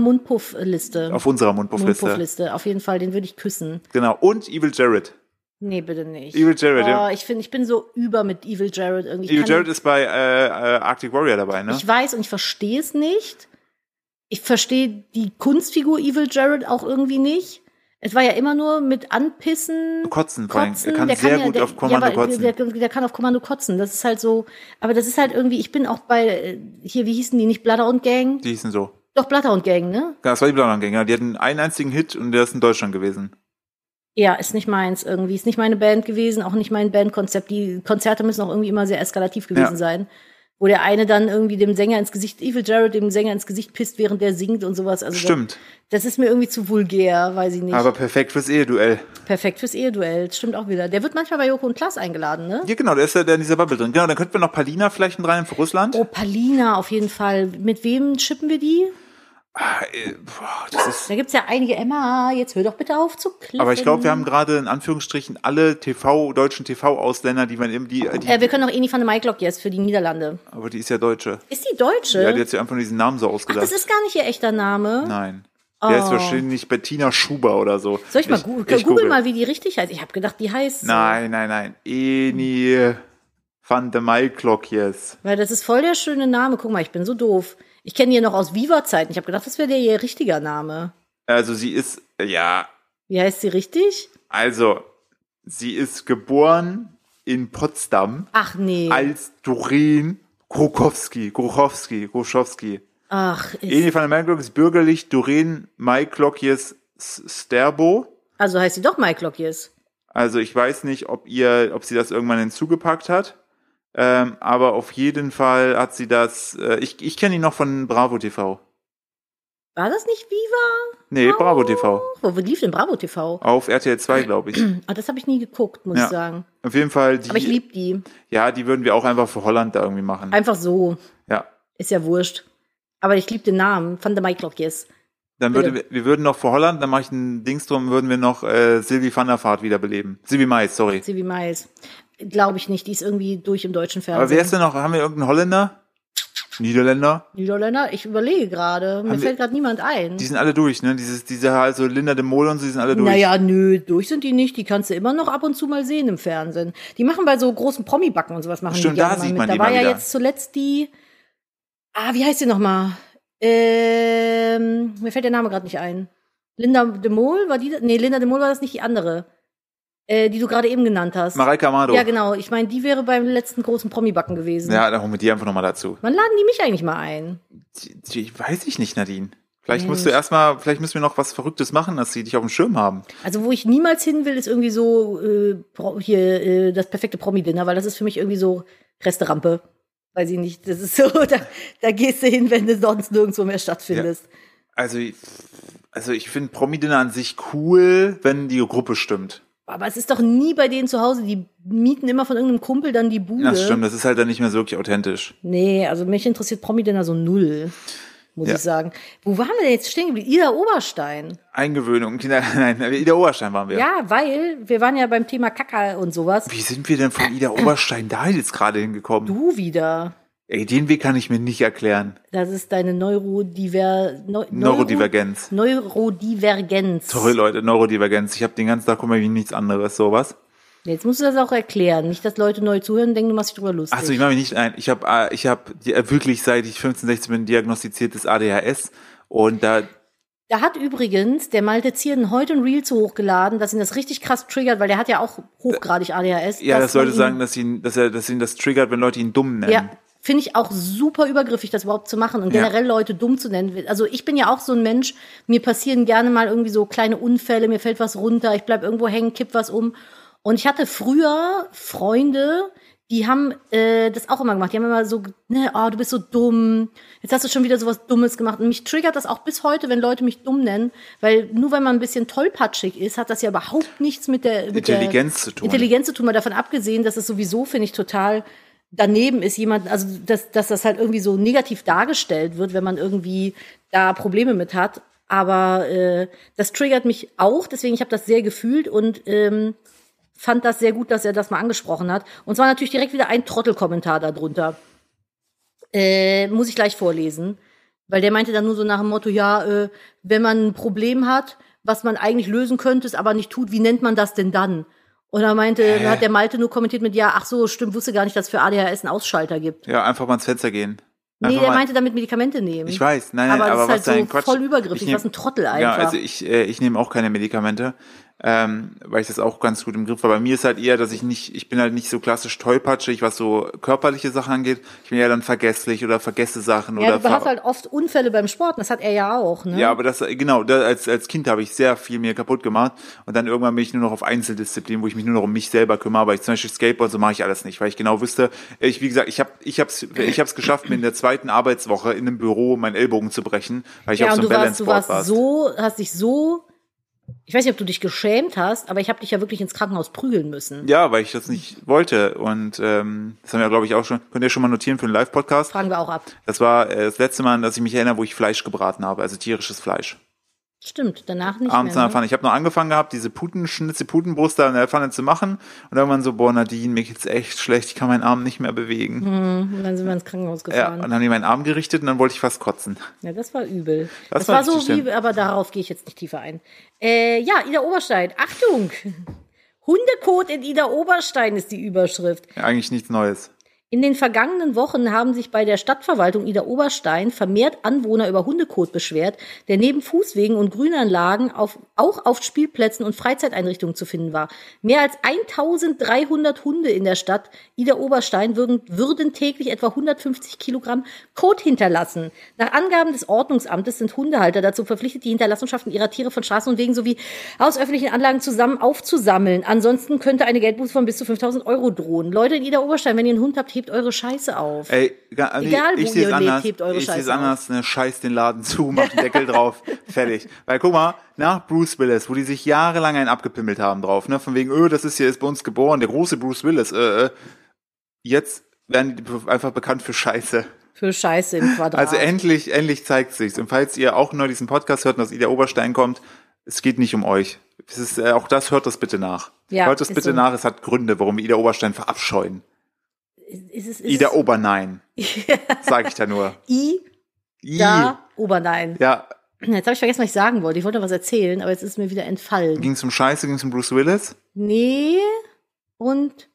S2: Mundpuff-Liste.
S1: auf unserer Mundpuffliste.
S2: Mundpuff-Liste, auf jeden Fall. Den würde ich küssen.
S1: Genau. Und Evil Jared.
S2: Nee, bitte nicht.
S1: Evil Jared,
S2: oh,
S1: ja.
S2: Ich finde, ich bin so über mit Evil Jared irgendwie. Ich
S1: Evil
S2: kann-
S1: Jared ist bei äh, äh, Arctic Warrior dabei, ne?
S2: Ich weiß und ich verstehe es nicht. Ich verstehe die Kunstfigur Evil Jared auch irgendwie nicht. Es war ja immer nur mit Anpissen.
S1: Kotzen, vor allem.
S2: Kotzen,
S1: Er kann
S2: der
S1: sehr
S2: ja,
S1: gut
S2: der,
S1: auf Kommando
S2: ja, aber
S1: kotzen.
S2: Der, der kann auf Kommando kotzen. Das ist halt so. Aber das ist halt irgendwie. Ich bin auch bei äh, hier. Wie hießen die nicht? Blatter und Gang.
S1: Die hießen so. Genau,
S2: Doch Blatter und Gang, ne?
S1: Das war die Blauangänger. Die hatten einen einzigen Hit und der ist in Deutschland gewesen.
S2: Ja, ist nicht meins irgendwie. Ist nicht meine Band gewesen, auch nicht mein Bandkonzept. Die Konzerte müssen auch irgendwie immer sehr eskalativ gewesen
S1: Ja.
S2: sein. Wo der eine dann irgendwie dem Sänger ins Gesicht, Evil Jared dem Sänger ins Gesicht pisst, während der singt und sowas. Also
S1: Stimmt.
S2: Das, das ist mir irgendwie zu vulgär, weiß ich nicht.
S1: Aber perfekt fürs Eheduell.
S2: Perfekt fürs Eheduell, stimmt auch wieder. Der wird manchmal bei Joko und Klaas eingeladen, ne?
S1: Ja, genau, der ist ja der in dieser Bubble drin. Genau, dann könnten wir noch Palina vielleicht mit rein für Russland.
S2: Oh, Palina auf jeden Fall. Mit wem chippen wir die?
S1: Ah, äh, boah, das ist.
S2: Da gibt's ja einige. Emma, jetzt hör doch bitte auf zu klicken.
S1: Aber ich glaube, wir haben gerade in Anführungsstrichen alle TV, deutschen TV-Ausländer, die man eben, die, die,
S2: Äh, wir können auch Eni van der Maiklock jetzt für die Niederlande.
S1: aber die ist ja Deutsche.
S2: Ist die Deutsche?
S1: Ja, die hat sich einfach nur diesen Namen so ausgedacht.
S2: das ist gar nicht ihr echter Name.
S1: Nein. Der ist wahrscheinlich Bettina Schuber oder so.
S2: Soll ich, mal
S1: Ich-
S2: gu
S1: ich
S2: googeln,
S1: google.
S2: mal, wie die richtig heißt? Ich habe gedacht, die heißt. so.
S1: Nein, nein, nein. Eni van de Maiklock, yes.
S2: Weil das ist voll der schöne Name. Guck mal, ich bin so doof. Ich kenne die noch aus Viva-Zeiten. Ich habe gedacht, das wäre der ihr richtiger Name.
S1: Also sie ist, ja,
S2: Wie heißt sie richtig?
S1: also sie ist geboren in Potsdam
S2: Ach nee.
S1: als Doreen Krokowski, Krokowski, Krokowski.
S2: Ach, ist,
S1: Eni van der Maiklock ist bürgerlich Doreen Maiklokjes Sterbo.
S2: also heißt sie doch Maiklockjes.
S1: Also ich weiß nicht, ob ihr, ob sie das irgendwann hinzugepackt hat. Ähm, aber auf jeden Fall hat sie das. Äh, ich ich kenne ihn noch von Bravo TV.
S2: War das nicht Viva?
S1: Nee, Bravo TV.
S2: Wo lief denn Bravo TV?
S1: Auf RTL 2, glaube ich.
S2: Ah, das habe ich nie geguckt, muss
S1: Ja.
S2: ich sagen.
S1: Auf jeden Fall die.
S2: Aber ich lieb die.
S1: ja, die würden wir auch einfach für Holland da irgendwie machen.
S2: Einfach so.
S1: Ja.
S2: Ist ja wurscht. Aber ich lieb den Namen. Van der Maiklockjes.
S1: Dann würde, wir- wir würden noch vor Holland, dann mache ich einen Dings drum, würden wir noch äh, Sylvie van der Vaart wiederbeleben. Sylvie Mais, sorry.
S2: Sibi Miles. Glaube ich nicht, die ist irgendwie durch im deutschen Fernsehen.
S1: Aber wer ist denn noch? Haben wir irgendeinen Holländer? Niederländer?
S2: Niederländer? Ich überlege gerade. Mir
S1: Haben wir-
S2: fällt gerade niemand ein.
S1: Die sind alle durch, ne? Dieses, diese, also Linda de Mol und so, die sind alle durch.
S2: Naja, nö, durch sind die nicht. Die kannst du immer noch ab und zu mal sehen im Fernsehen. Die machen bei so großen Promi-Backen und sowas machen
S1: Stimmt,
S2: die gerne
S1: da
S2: mal
S1: sieht
S2: mit.
S1: man
S2: da
S1: die
S2: war
S1: mal
S2: ja
S1: wieder.
S2: jetzt zuletzt die. Ah, wie heißt die nochmal? Ähm, mir fällt der Name gerade nicht ein. Linda de Mol war die? da? Nee, Linda de Mol war das nicht die andere. Äh, die du gerade eben genannt hast.
S1: Mareike Amado.
S2: Ja, genau. Ich meine, die wäre beim letzten großen Promi-Backen gewesen.
S1: Ja, dann holen wir die einfach nochmal dazu.
S2: Wann laden die mich eigentlich mal ein?
S1: Die, die, weiß ich nicht, Nadine. Vielleicht
S2: Nee,
S1: musst du
S2: nicht.
S1: erstmal, vielleicht müssen wir noch was Verrücktes machen, dass sie dich auf dem Schirm haben.
S2: Also wo ich niemals hin will, ist irgendwie so äh, Pro- hier äh, das perfekte Promi-Dinner, weil das ist für mich irgendwie so Resterampe. Weiß ich nicht. Das ist so, da, da gehst du hin, wenn du sonst nirgendwo mehr stattfindest.
S1: Also, ich- also ich finde Promi-Dinner an sich cool, wenn die Gruppe stimmt.
S2: Aber es ist doch nie bei denen zu Hause. Die mieten immer von irgendeinem Kumpel dann die Bude.
S1: Das stimmt, das ist halt dann nicht mehr so wirklich authentisch.
S2: Nee, also mich interessiert Promi-Dinner so null, muss
S1: Ja.
S2: ich sagen. Wo waren wir denn jetzt stehen geblieben? Ida Oberstein.
S1: Eingewöhnung, Kinder, nein, Ida Oberstein waren wir.
S2: Ja, weil wir waren ja beim Thema Kacke und sowas.
S1: Wie sind wir denn von Ida Oberstein da jetzt gerade hingekommen?
S2: Du wieder.
S1: Ey, den Weg kann ich mir nicht erklären.
S2: Das ist deine Neurodiver Neu
S1: Neurodivergenz.
S2: Neurodivergenz.
S1: Sorry, Leute, Neurodivergenz. Ich habe den ganzen Tag guck mal wie nichts anderes, sowas.
S2: Jetzt musst du das auch erklären. Nicht, dass Leute neu zuhören und denken, du machst dich drüber lustig.
S1: Achso, Also ich mache mich nicht ein. Ich habe äh, ich hab die- äh, wirklich, seit ich 15, 16 bin, diagnostiziertes ADHS. Und da,
S2: da hat übrigens der Malte Zierden heute ein Reel zu hochgeladen, dass ihn das richtig krass triggert, weil der hat ja auch hochgradig ADHS.
S1: ja, das,
S2: man
S1: sollte
S2: ihn-
S1: sagen, dass ihn, dass, er, dass ihn das triggert, wenn Leute ihn dumm nennen.
S2: Ja, finde ich auch super übergriffig, das überhaupt zu machen und
S1: Ja.
S2: generell Leute dumm zu nennen. Also ich bin ja auch so ein Mensch, mir passieren gerne mal irgendwie so kleine Unfälle, mir fällt was runter, ich bleib irgendwo hängen, kipp was um. Und ich hatte früher Freunde, die haben äh, das auch immer gemacht. Die haben immer so, ne, oh, du bist so dumm. Jetzt hast du schon wieder sowas Dummes gemacht. Und mich triggert das auch bis heute, wenn Leute mich dumm nennen, weil nur weil man ein bisschen tollpatschig ist, hat das ja überhaupt nichts mit der mit
S1: Intelligenz
S2: der
S1: zu tun.
S2: Intelligenz zu tun, mal davon abgesehen, dass es sowieso, finde ich, total daneben ist, jemand, also dass, dass das halt irgendwie so negativ dargestellt wird, wenn man irgendwie da Probleme mit hat. Aber äh, das triggert mich auch, deswegen ich habe das sehr gefühlt und ähm, fand das sehr gut, dass er das mal angesprochen hat. Und zwar natürlich direkt wieder ein Trottelkommentar darunter. Äh, muss ich gleich vorlesen. Weil der meinte dann nur so nach dem Motto, ja, äh, wenn man ein Problem hat, was man eigentlich lösen könnte, es aber nicht tut, wie nennt man das denn dann? Und er meinte, dann hat der Malte nur kommentiert mit, ja, ach so, stimmt, wusste gar nicht, dass es für ADHS einen Ausschalter gibt.
S1: Ja, einfach mal ins Fenster gehen.
S2: Nee,
S1: Einfach
S2: der
S1: mal-
S2: meinte damit Medikamente nehmen.
S1: Ich weiß, nein, nein,
S2: aber,
S1: aber,
S2: das
S1: was
S2: ist halt
S1: für ein
S2: so
S1: Quatsch.
S2: voll
S1: Ich
S2: übergriffig,
S1: nehm-
S2: was ein Trottel einfach.
S1: Ja, also ich, äh, ich nehme auch keine Medikamente, ähm, weil ich das auch ganz gut im Griff habe. Bei mir ist halt eher, dass ich nicht, ich bin halt nicht so klassisch tollpatschig, was so körperliche Sachen angeht. Ich bin ja dann vergesslich oder vergesse Sachen
S2: ja,
S1: oder
S2: du hast
S1: ver
S2: halt oft Unfälle beim Sport, und das hat er ja auch, ne?
S1: ja, aber das genau, da, als als Kind habe ich sehr viel mir kaputt gemacht und dann irgendwann bin ich nur noch auf Einzeldisziplin, wo ich mich nur noch um mich selber kümmere, aber ich zum Beispiel Skateboard so mache ich alles nicht, weil ich genau wüsste, ich wie gesagt, ich habe ich hab's ich hab's geschafft, mir in der zweiten Arbeitswoche in einem Büro meinen Ellbogen zu brechen, weil ich
S2: ja,
S1: auf so
S2: und
S1: einem
S2: du warst, du
S1: Balanceboard
S2: warst
S1: warst.
S2: so, hast dich so, ich weiß nicht, ob du dich geschämt hast, aber ich habe dich ja wirklich ins Krankenhaus prügeln müssen.
S1: Ja, weil ich das nicht wollte. Und ähm, das haben wir, glaube ich, auch schon. Könnt ihr schon mal notieren für einen Live-Podcast?
S2: Fragen wir auch ab.
S1: Das war äh, das letzte Mal, dass ich mich erinnere, wo ich Fleisch gebraten habe, also tierisches Fleisch.
S2: Stimmt, danach nicht
S1: Abends
S2: mehr.
S1: an der Pfanne. Ich habe noch angefangen gehabt, diese Putenschnitze, Putenbrust da in der Pfanne zu machen. Und irgendwann so, boah, Nadine, mir geht's echt schlecht, ich kann meinen Arm nicht mehr bewegen.
S2: ne? Und dann sind wir ins Krankenhaus
S1: Ja, und
S2: gefahren. Ja,
S1: dann haben die meinen Arm gerichtet und dann wollte ich fast kotzen.
S2: das war übel. Das,
S1: Das
S2: war,
S1: war
S2: so
S1: richtig
S2: wie, aber darauf gehe ich jetzt nicht tiefer ein. Äh, ja, Ida Oberstein, Achtung! Hundekot in Ida Oberstein ist die Überschrift.
S1: Ja, eigentlich nichts Neues.
S2: In den vergangenen Wochen haben sich bei der Stadtverwaltung Ida Oberstein vermehrt Anwohner über Hundekot beschwert, der neben Fußwegen und Grünanlagen auf, auch auf Spielplätzen und Freizeiteinrichtungen zu finden war. Mehr als 1300 Hunde in der Stadt Ida Oberstein würden, würden täglich etwa 150 Kilogramm Kot hinterlassen. Nach Angaben des Ordnungsamtes sind Hundehalter dazu verpflichtet, die Hinterlassenschaften ihrer Tiere von Straßen und Wegen sowie aus öffentlichen Anlagen zusammen aufzusammeln. Ansonsten könnte eine Geldbuße von bis zu 5000 Euro drohen. Leute in Ida Oberstein, wenn ihr einen Hund habt, hebt eure Scheiße auf.
S1: Ey, ga- nee,
S2: Egal, wo
S1: ich sehe
S2: ihr
S1: es
S2: lebt,
S1: anders.
S2: hebt eure
S1: ich sehe es
S2: Scheiße
S1: anders. Ne, scheiß den Laden zu, mach den Deckel drauf, fertig. Weil guck mal, nach Bruce Willis, wo die sich jahrelang einen abgepimmelt haben drauf, ne, von wegen, öh, das ist hier ist bei uns äh. geboren, der große Bruce Willis. Äh, äh. Jetzt werden die be- einfach bekannt für Scheiße.
S2: für Scheiße im Quadrat.
S1: Also endlich, endlich zeigt sich's. Und falls ihr auch nur diesen Podcast hört und aus Ida Oberstein kommt, es geht nicht um euch. Es ist, äh, auch das hört das bitte nach.
S2: Ja,
S1: hört das
S2: ist
S1: bitte
S2: so.
S1: nach, es hat Gründe, warum wir Ida Oberstein verabscheuen.
S2: ist es, ist
S1: Ida Obernein. Sage ich da nur.
S2: I
S1: I.
S2: da Obernein.
S1: Ja,
S2: Jetzt habe ich vergessen, was ich sagen wollte. Ich wollte noch was erzählen, aber jetzt ist es mir wieder entfallen.
S1: ging's um Scheiße, ging's um Bruce Willis?
S2: Nee, und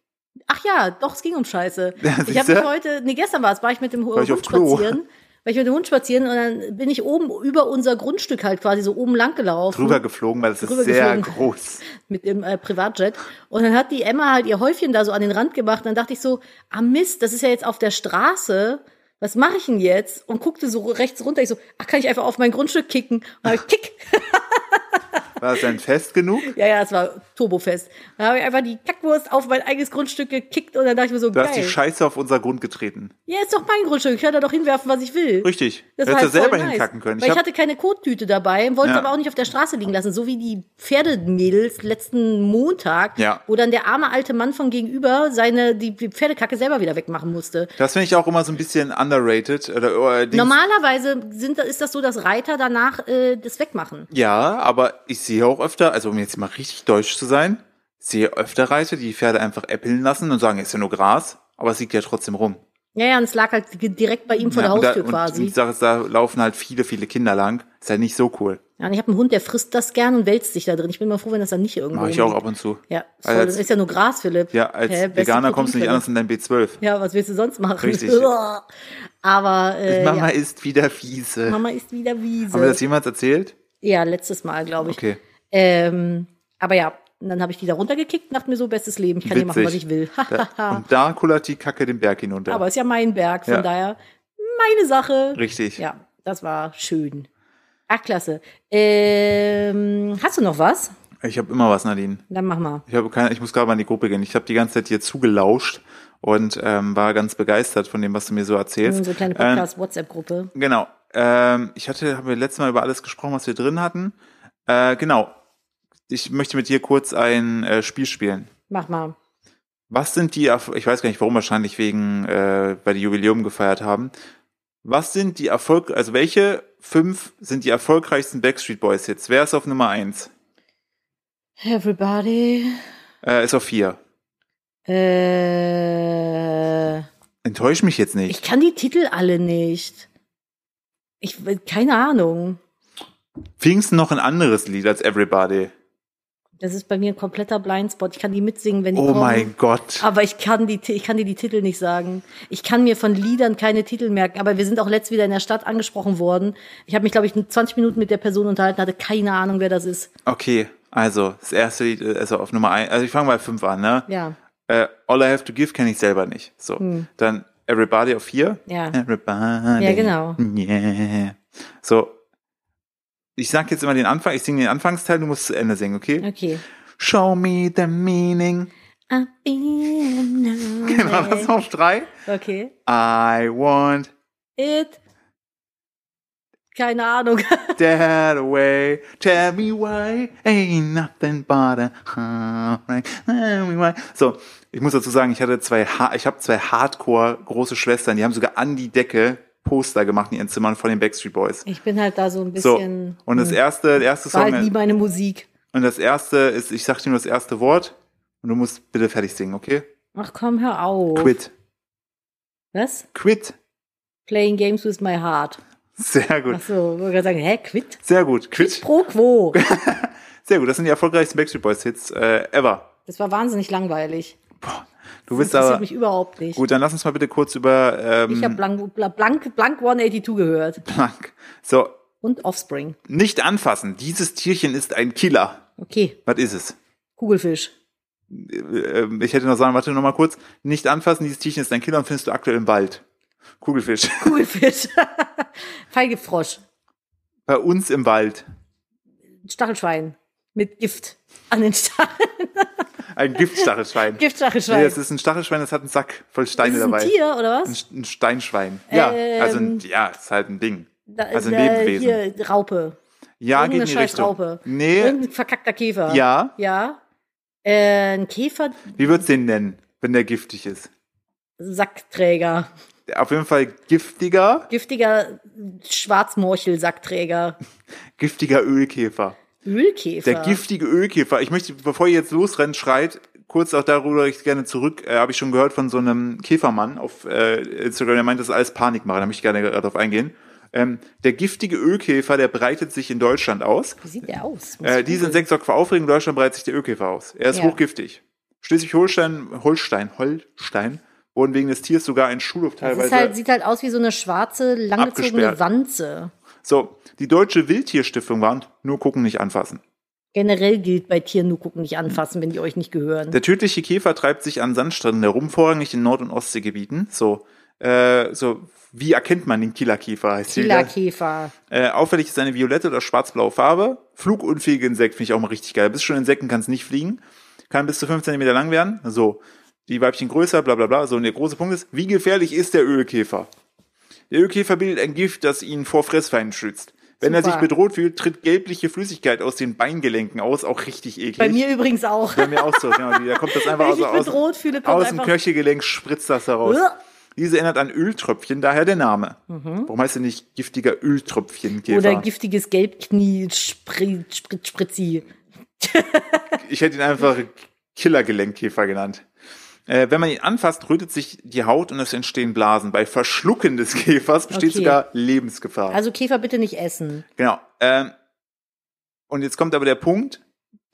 S2: ach ja, doch, es ging um Scheiße. ich
S1: siehste?
S2: habe mich heute, nee, gestern war es, war ich mit dem Hu-
S1: War ich
S2: Hund
S1: auf Klo?
S2: spazieren. War ich mit dem Hund spazieren und dann bin ich oben über unser Grundstück halt quasi so oben lang gelaufen.
S1: Drüber geflogen, weil es ist
S2: Hm? Drüber
S1: sehr
S2: geflogen.
S1: groß.
S2: mit dem äh, Privatjet. Und dann hat die Emma halt ihr Häufchen da so an den Rand gemacht. Und dann dachte ich so, ah Mist, das ist ja jetzt auf der Straße. Was mache ich denn jetzt? Und guckte so rechts runter. Ich so, ach, kann ich einfach auf mein Grundstück kicken? Und dann hab ich kick.
S1: War es denn fest genug?
S2: Ja, ja, es war turbofest. Dann habe ich einfach die Kackwurst auf mein eigenes Grundstück gekickt und dann dachte ich mir so,
S1: Du hast die
S2: geil.
S1: Scheiße auf unser Grund getreten.
S2: Ja, ist doch mein Grundstück. Ich kann da doch hinwerfen, was ich will.
S1: Richtig. Hättest
S2: Das war
S1: du
S2: halt
S1: selber
S2: voll nice.
S1: hinkacken können.
S2: Weil
S1: Ich
S2: ich
S1: hab,
S2: hatte keine Kottüte dabei, wollte
S1: Ja.
S2: aber auch nicht auf der Straße liegen lassen, so wie die Pferdemädels letzten Montag,
S1: Ja.
S2: wo dann der arme alte Mann von gegenüber seine die, die Pferdekacke selber wieder wegmachen musste.
S1: das finde ich auch immer so ein bisschen underrated. Oder, oder äh, Dings.
S2: Normalerweise sind, ist das so, dass Reiter danach äh, das wegmachen.
S1: Ja, aber ich sehe auch öfter, also um jetzt mal richtig deutsch zu sein, sehe öfter Reiter, die die Pferde einfach äppeln lassen und sagen, es ist ja nur Gras, aber es liegt ja trotzdem rum.
S2: Ja, ja, und es lag halt ge- direkt bei ihm vor
S1: ja,
S2: der
S1: und
S2: Haustür
S1: da,
S2: quasi.
S1: Und, und ich sage, da laufen halt viele, viele Kinder lang. Ist halt nicht so cool.
S2: ja, und ich habe einen Hund, der frisst das gern und wälzt sich da drin. Ich bin mal froh, wenn das dann nicht irgendwo
S1: Mache ich auch
S2: rumliegt.
S1: ab und zu.
S2: Ja,
S1: Als-
S2: voll, das ist ja nur Gras, Philipp.
S1: Ja, als
S2: Hä, beste
S1: Veganer kommst du nicht
S2: Proteinquelle.
S1: anders in dein B12.
S2: Ja, was willst du sonst machen?
S1: Richtig.
S2: Aber äh,
S1: Mama
S2: Mama, ja.
S1: ist wieder fiese.
S2: Mama ist wieder
S1: Haben wir das
S2: Wiese.
S1: jemals erzählt?
S2: Ja, letztes Mal, glaube ich.
S1: Okay.
S2: Ähm, aber ja, und dann habe ich die da runtergekickt und dachte mir so, bestes Leben, ich kann hier machen, was
S1: Witzig.
S2: ich will.
S1: Da, und da kullert die Kacke den Berg hinunter.
S2: aber ist ja mein Berg, von
S1: Ja.
S2: daher meine Sache.
S1: Richtig.
S2: Ja, das war schön. Ach, klasse. Ähm, hast du noch was?
S1: Ich habe immer was, Nadine.
S2: Dann mach mal.
S1: Ich habe keine, ich muss gerade mal in die Gruppe gehen. Ich habe die ganze Zeit hier zugelauscht und ähm, war ganz begeistert von dem, was du mir so erzählst.
S2: Unsere Mhm, kleine
S1: Ähm,
S2: Podcast-WhatsApp-Gruppe.
S1: Genau. Ähm, ich hatte, haben wir letztes Mal über alles gesprochen, was wir drin hatten. Äh, genau. Ich möchte mit dir kurz ein äh, Spiel spielen.
S2: Mach mal.
S1: Was sind die, Erf- ich weiß gar nicht warum, wahrscheinlich wegen, äh, weil die Jubiläum gefeiert haben. Was sind die Erfolg, also welche fünf sind die erfolgreichsten Backstreet Boys Hits? Wer ist auf Nummer eins?
S2: Everybody.
S1: Äh, ist auf vier.
S2: Äh.
S1: Enttäusch mich jetzt nicht.
S2: Ich kann die Titel alle nicht. Ich keine Ahnung.
S1: Pfingsten noch ein anderes Lied als Everybody.
S2: Das ist bei mir ein kompletter Blindspot. Ich kann die mitsingen, wenn die
S1: Oh
S2: kommen.
S1: mein Gott.
S2: Aber ich kann die Ti- ich kann dir die Titel nicht sagen. Ich kann mir von Liedern keine Titel merken. Aber wir sind auch letzt wieder in der Stadt angesprochen worden. Ich habe mich glaube ich 20 Minuten mit der Person unterhalten, hatte keine Ahnung, wer das ist.
S1: Okay, also das erste Lied, äh, also auf Nummer eins, also ich fange bei fünf an, ne?
S2: Ja, Hm.
S1: Äh, All I Have to Give kenne ich selber nicht. So, dann Everybody auf vier.
S2: ja.
S1: Everybody.
S2: Ja, genau.
S1: Yeah. So, ich sag jetzt immer den Anfang, ich singe den Anfangsteil, du musst zu Ende singen, okay?
S2: Okay.
S1: Show me the meaning.
S2: I've been away.
S1: Genau, das ist auf drei.
S2: Okay.
S1: I want
S2: It. Keine Ahnung.
S1: that away. Tell me why ain't nothing but a heartbreak. Tell me why. So, ich muss dazu sagen, ich hatte zwei, ha ich habe zwei Hardcore große Schwestern, die haben sogar an die Decke Poster gemacht in ihren Zimmern von den Backstreet Boys.
S2: Ich bin halt da so ein
S1: So,
S2: bisschen. hm.
S1: und das erste, der erste
S2: war
S1: Song,
S2: halt nie meine Musik.
S1: und das erste ist, ich sag dir nur das erste Wort und du musst bitte fertig singen, okay?
S2: Ach komm, hör auf.
S1: Quit.
S2: Was?
S1: Quit.
S2: Playing Games with My Heart.
S1: Sehr gut.
S2: Ach so, wollte gerade sagen, hä, quit?
S1: Sehr gut. Quit.
S2: Pro quo.
S1: Sehr gut. Das sind die erfolgreichsten Backstreet Boys Hits äh, ever.
S2: Das war wahnsinnig langweilig.
S1: Du
S2: Das
S1: bist
S2: interessiert
S1: aber
S2: mich überhaupt nicht.
S1: gut. Dann lass uns mal bitte kurz über ähm,
S2: Ich habe blank, bla- blank, blank 182 gehört.
S1: Plank. So,
S2: Und Offspring.
S1: nicht anfassen. Dieses Tierchen ist ein Killer.
S2: Okay,
S1: Was ist es?
S2: Kugelfisch.
S1: Ähm, Ich hätte noch sagen, warte noch mal kurz. Nicht anfassen, dieses Tierchen ist ein Killer und findest du aktuell im Wald. Kugelfisch.
S2: Kugelfisch. Feige Frosch.
S1: Bei uns im Wald.
S2: Stachelschwein. Mit Gift. An den Stacheln.
S1: Ein Giftstachelschwein.
S2: Giftstachelschwein.
S1: nee, das ist ein Stachelschwein, das hat einen Sack voll Steine
S2: ist
S1: dabei.
S2: ein Tier, oder
S1: Ein
S2: was?
S1: St- Ein Steinschwein. Ja,
S2: Ähm.
S1: also ein, ja, ist halt ein Ding.
S2: Da-
S1: also ein
S2: da-
S1: Lebewesen.
S2: Hier, Raupe.
S1: ja, geht in
S2: Irgendeine
S1: die
S2: scheiß
S1: Richtung.
S2: Raupe.
S1: Nee,
S2: Irgendein verkackter Käfer.
S1: ja.
S2: Ja. Äh, ein Käfer,
S1: Wie würdest du den nennen, wenn der giftig ist?
S2: Sackträger.
S1: Auf jeden Fall giftiger,
S2: Giftiger Schwarzmorchel-Sackträger.
S1: giftiger Ölkäfer.
S2: Ölkäfer.
S1: Der giftige Ölkäfer. Ich möchte, bevor ihr jetzt losrennt, schreit, kurz auch darüber ich gerne zurück, äh, habe ich schon gehört von so einem Käfermann auf äh, Instagram, der meint, das ist alles Panikmache, da möchte ich gerne gerade drauf eingehen. Ähm, der giftige Ölkäfer, der breitet sich in Deutschland aus.
S2: Wie sieht der aus? Muss
S1: Äh,
S2: ich
S1: diese
S2: googeln.
S1: Insekten sorgt für Aufregung, in Deutschland breitet sich der Ölkäfer aus. Er ist
S2: Ja.
S1: hochgiftig. Schleswig-Holstein, Holstein, Holstein, wurden wegen des Tiers sogar ein Schulhof
S2: Das
S1: teilweise
S2: ist halt, sieht halt aus wie so eine schwarze, langgezogene
S1: Abgesperrt.
S2: Wanze.
S1: So, die Deutsche Wildtierstiftung warnt, nur gucken, nicht anfassen.
S2: Generell gilt bei Tieren nur gucken, nicht anfassen, wenn die euch nicht gehören.
S1: Der tödliche Käfer treibt sich an Sandstränden herum, vorrangig in Nord- und Ostseegebieten. So, äh, so, wie erkennt man den Killerkäfer? Heißt die wieder?
S2: Lila-Käfer.
S1: Äh, auffällig ist eine violette oder schwarzblaue Farbe. Flugunfähige Insekten finde ich auch mal richtig geil. Bist schon Insekten, kannst nicht fliegen. Kann bis zu 5 cm lang werden. So. Die Weibchen größer, bla bla bla. So, und der große Punkt ist, wie gefährlich ist der Ölkäfer? Der Ölkäfer bildet ein Gift, das ihn vor Fressfeinden schützt. Wenn er
S2: Super.
S1: sich bedroht fühlt, tritt gelbliche Flüssigkeit aus den Beingelenken aus, auch richtig eklig.
S2: Bei mir übrigens auch.
S1: Bei mir auch so, genau. Da kommt das einfach
S2: Wenn ich
S1: aus,
S2: mich
S1: aus,
S2: bedroht fühle, kommt
S1: aus dem
S2: einfach-
S1: Knöchelgelenk, spritzt das heraus.
S2: Uah. Mhm.
S1: Diese erinnert an Öltröpfchen, daher der Name. Warum heißt er nicht giftiger Öltröpfchenkäfer?
S2: Oder giftiges Gelbknie, Spri Spri Spritzi.
S1: ich hätte ihn einfach Killergelenkkäfer genannt. Äh, wenn man ihn anfasst, rötet sich die Haut und es entstehen Blasen. Bei Verschlucken des Käfers besteht
S2: Okay.
S1: sogar Lebensgefahr.
S2: Also Käfer bitte nicht essen.
S1: Genau. Ähm, und jetzt kommt aber der Punkt,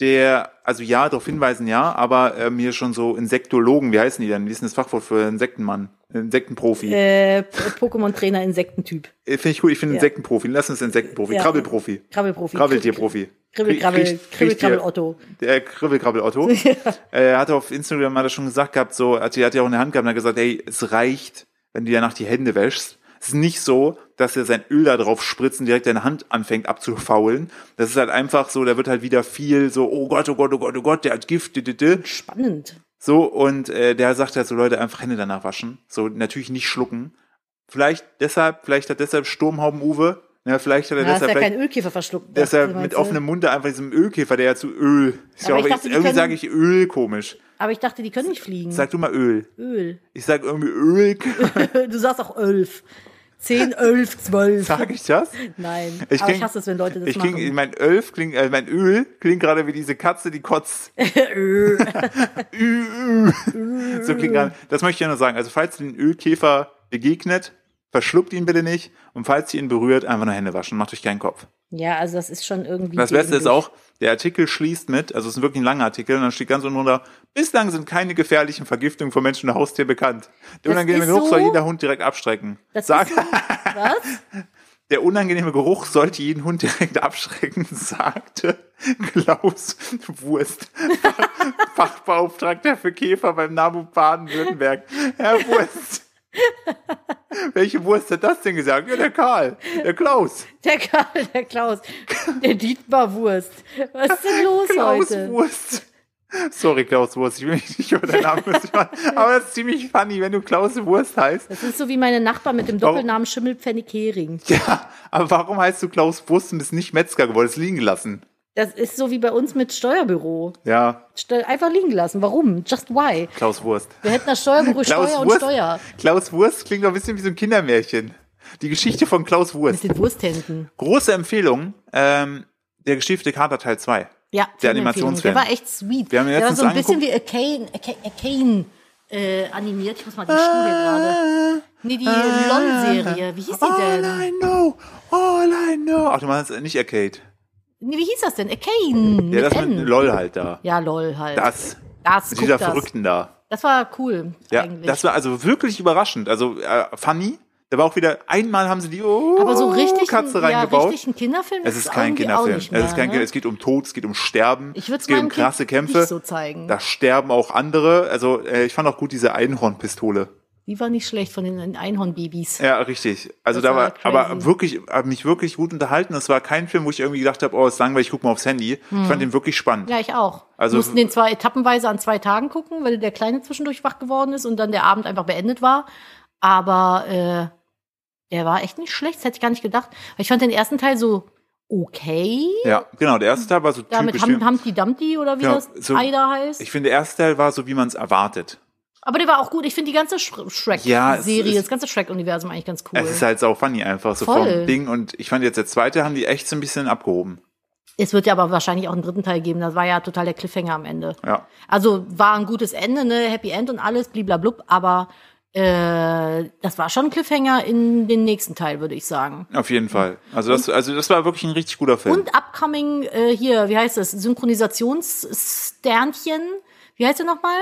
S1: der, also ja, darauf hinweisen, ja, aber ähm, hier schon so Insektologen, wie heißen die denn? Wie ist denn das Fachwort für Insektenmann? Insektenprofi.
S2: Äh, P- Pokémon-Trainer, Insektentyp.
S1: Äh, Finde ich gut, ich finde
S2: ja.
S1: Insektenprofi. Lass uns Insektenprofi.
S2: Ja.
S1: Krabbelprofi.
S2: Krabbelprofi.
S1: Krabbeltierprofi.
S2: Kribbel, krabbel,
S1: Kriech-
S2: kribbel, krabbel,
S1: Kriechtier-
S2: Otto.
S1: Der Kribbelkrabbel Otto. äh, hat auf Instagram hat er schon gesagt gehabt, so, hat, die- hat ja auch in der Hand gehabt und hat gesagt, hey, es reicht, wenn du dir danach die Hände wäschst. Es ist nicht so, dass er sein Öl da drauf spritzt und direkt deine Hand anfängt abzufaulen. Das ist halt einfach so, da wird halt wieder viel so, oh Gott, oh Gott, oh Gott, oh Gott, der hat Gift, di, di, di.
S2: Spannend.
S1: So, und äh, der sagt halt so, Leute, einfach Hände danach waschen. So, natürlich nicht schlucken. Vielleicht deshalb, vielleicht hat deshalb Sturmhauben-Uwe, ne, vielleicht hat er
S2: Da hast
S1: deshalb,
S2: Ah, ja
S1: vielleicht,
S2: keinen Ölkäfer verschluckt.
S1: deshalb
S2: Meinst
S1: mit
S2: du?
S1: offenem Munde einfach diesem Ölkäfer, der ja zu Öl, ist ja
S2: Aber
S1: auch,
S2: ich dachte, die
S1: irgendwie
S2: können-
S1: sage ich Öl komisch.
S2: Aber ich dachte, die können nicht fliegen.
S1: Sag du mal Öl.
S2: Öl.
S1: Ich sag irgendwie Öl.
S2: Du sagst auch elf. Zehn, elf, zwölf.
S1: Sag ich das?
S2: Nein.
S1: Ich
S2: Aber
S1: kling-
S2: ich hasse es, wenn Leute das
S1: Ich kling,
S2: machen.
S1: mein Ölf klingt, äh, mein Öl klingt gerade wie diese Katze, die kotzt.
S2: Öl.
S1: Ü, ü. so klingt gerade. Das möchte ich ja nur sagen. Also falls ihr den Ölkäfer begegnet, verschluckt ihn bitte nicht. Und falls ihr ihn berührt, einfach nur Hände waschen. Macht euch keinen Kopf.
S2: Ja, also das ist schon irgendwie.
S1: Das Beste ist
S2: dämlich.
S1: auch, der Artikel schließt mit, also es ist wirklich ein langer Artikel, und dann steht ganz unten drunter, bislang sind keine gefährlichen Vergiftungen von Menschen und Haustier bekannt. Der
S2: Das
S1: unangenehme
S2: ist
S1: Geruch
S2: so-
S1: soll jeder Hund direkt abstrecken.
S2: Das
S1: Sag,
S2: ist so, was?
S1: Der unangenehme Geruch sollte jeden Hund direkt abschrecken, sagte Klaus Wurst, Fach- Fachbeauftragter für Käfer beim NABU Baden-Württemberg. Herr Wurst. Welche Wurst hat das denn gesagt? Ja, der Karl, der Klaus.
S2: Der Karl, der Klaus, der Dietmar Wurst. Was ist denn los
S1: Klaus
S2: heute?
S1: Wurst. Sorry, Klaus Wurst, ich will mich nicht über deinen Namen beschweren. Aber das ist ziemlich funny, wenn du Klaus Wurst heißt.
S2: Das ist so wie meine Nachbarn mit dem Doppelnamen Schimmelpfennig Hering.
S1: Oh. Ja, aber warum heißt du Klaus Wurst und bist nicht Metzger geworden? Das liegen gelassen.
S2: Das ist so wie bei uns mit Steuerbüro.
S1: Ja,
S2: Steu- Einfach liegen lassen. Warum? Just why?
S1: Klaus Wurst.
S2: Wir hätten das Steuerbüro Steuer und Steuer.
S1: Klaus Wurst klingt doch ein bisschen wie so ein Kindermärchen. Die Geschichte von Klaus
S2: Mit
S1: Wurst.
S2: den Wursthänden.
S1: Große Empfehlung, ähm, der geschiefte Kater Teil 2.
S2: Ja,
S1: Der
S2: Filmempfehlung.
S1: Animationsfilm.
S2: Der war echt sweet.
S1: Wir haben ihn
S2: der war
S1: letztens
S2: so ein bisschen wie Arcane, Arcane, Arcane äh, animiert. Ich muss mal die Studie
S1: Ah.
S2: gerade. Nee, die LOL-Serie. Wie hieß die
S1: All
S2: denn?
S1: I know, all I know. Ach, du meinst nicht Arcade.
S2: Nee, wie hieß das denn? Arcane.
S1: Ja, das
S2: mit
S1: mit
S2: N.
S1: LOL halt da.
S2: ja, LOL halt.
S1: Das,
S2: das
S1: mit
S2: guck
S1: dieser
S2: das.
S1: Verrückten da.
S2: Das war cool
S1: Ja,
S2: eigentlich.
S1: das war also wirklich überraschend. Also äh, funny. Da war auch wieder, einmal haben sie die oh,
S2: Aber so richtig,
S1: Katze
S2: ein, ja,
S1: reingebaut.
S2: richtig ein Kinderfilm
S1: Es ist kein
S2: irgendwie
S1: Kinderfilm. Es
S2: Auch nicht mehr,
S1: ist kein
S2: ne?
S1: Kind- Es geht um Tod, es geht um Sterben.
S2: Ich würd's
S1: es geht um
S2: meinem Kind
S1: krasse Kämpfe.
S2: nicht so zeigen.
S1: Da sterben auch andere. Also äh, ich fand auch gut diese Einhornpistole.
S2: Die war nicht schlecht von den Einhornbabys.
S1: Ja, richtig. Also
S2: Das
S1: da
S2: war
S1: war,
S2: crazy.
S1: aber wirklich, hab mich wirklich gut unterhalten. Das war kein Film, wo ich irgendwie gedacht habe, oh, ist langweilig, ich guck mal aufs Handy. Ich fand den wirklich spannend.
S2: Hm. Ja, ich auch.
S1: Also-
S2: Also mussten den zwar etappenweise an zwei Tagen gucken, weil der Kleine zwischendurch wach geworden ist und dann der Abend einfach beendet war. Aber äh, der war echt nicht schlecht, das hätte ich gar nicht gedacht. Weil ich fand den ersten Teil so okay.
S1: Ja, genau. Der erste Teil war so
S2: Da mit
S1: typisch.
S2: Hum Humpty Dumpty oder wie
S1: Ja,
S2: das
S1: so-
S2: Ei da heißt.
S1: Ich finde, der erste Teil war so, wie man es erwartet.
S2: Aber der war auch gut. Ich finde die ganze Sh-
S1: Ja, es
S2: Shrek-Serie,
S1: ist-
S2: das ganze Shrek-Universum eigentlich ganz cool.
S1: Es ist halt sau funny einfach, so
S2: Voll.
S1: vom Ding. Und ich fand jetzt der zweite haben die echt so ein bisschen abgehoben.
S2: Es wird ja aber wahrscheinlich auch einen dritten Teil geben. Das war ja total der Cliffhanger am Ende.
S1: Ja.
S2: Also war ein gutes Ende, ne? Happy End und alles, bliblablub. Aber äh, das war schon ein Cliffhanger in den nächsten Teil, würde ich sagen.
S1: Auf jeden Fall. Also das, also das war wirklich ein richtig guter Film.
S2: Und upcoming, äh, hier, wie heißt das? Synchronisationssternchen. Wie heißt der nochmal?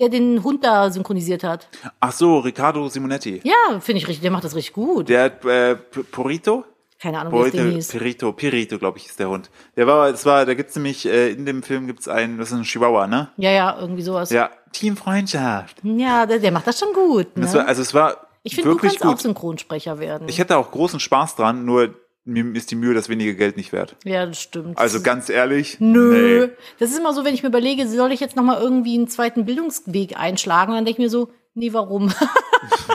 S2: Der den Hund da synchronisiert hat.
S1: Ach so, Riccardo Simonetti.
S2: Ja, finde ich richtig. Der macht das richtig gut.
S1: Der hat äh, P- Porito?
S2: Keine Ahnung, wie das
S1: Porito,
S2: Ding hieß.
S1: Pirito, Pirito, glaube ich, ist der Hund. Der war, es war, da gibt's nämlich, äh, in dem Film gibt's einen, das ist ein Chihuahua, ne?
S2: Ja, ja, irgendwie sowas. Ja,
S1: Ja, Teamfreundschaft.
S2: der, der macht das schon gut. Ne?
S1: Das war, also es war
S2: ich finde, du
S1: wirklich
S2: kannst auch
S1: gut.
S2: Synchronsprecher werden.
S1: Ich hätte auch großen Spaß dran, nur mir ist die Mühe das wenige Geld nicht wert.
S2: ja, das stimmt.
S1: Also ganz ehrlich.
S2: Nö.
S1: nee.
S2: Das ist immer so, wenn ich mir überlege, soll ich jetzt nochmal irgendwie einen zweiten Bildungsweg einschlagen? Dann denke ich mir so, nee, warum?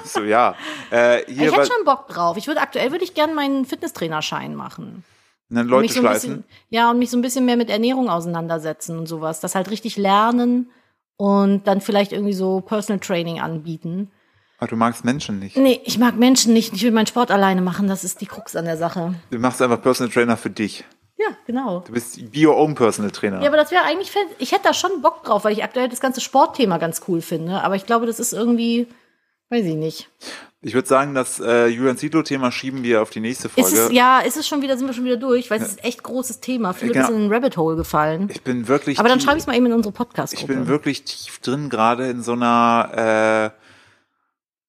S1: So, ja. Äh, hier,
S2: ich
S1: wa-
S2: hätte schon Bock drauf. Ich würde aktuell würde ich gerne meinen Fitnesstrainerschein machen.
S1: dann
S2: Und
S1: Leute
S2: mich so ein
S1: schleifen.
S2: bisschen, ja, und mich so ein bisschen mehr mit Ernährung auseinandersetzen und sowas. Das halt richtig lernen und dann vielleicht irgendwie so Personal Training anbieten.
S1: Ah, du magst Menschen nicht.
S2: Nee, ich mag Menschen nicht. Ich will meinen Sport alleine machen. Das ist die Krux an der Sache.
S1: Du machst einfach Personal Trainer für dich.
S2: Ja, genau.
S1: Du bist be your own Personal Trainer.
S2: Ja, aber das wäre eigentlich, fett- ich hätte da schon Bock drauf, weil ich aktuell das ganze Sportthema ganz cool finde. Aber ich glaube, das ist irgendwie, weiß ich nicht.
S1: ich würde sagen, das äh, Julian Zietlow-Thema schieben wir auf die nächste Folge.
S2: Ist es, ja, ist es schon wieder, sind wir schon wieder durch, weil es ist echt großes Thema. Philipp
S1: Genau.
S2: ist in ein Rabbit Hole gefallen.
S1: Ich bin wirklich.
S2: aber dann
S1: tief-
S2: schreibe ich es mal eben in unsere
S1: Ich bin
S2: Podcast-Gruppe.
S1: wirklich tief drin, gerade in so einer äh,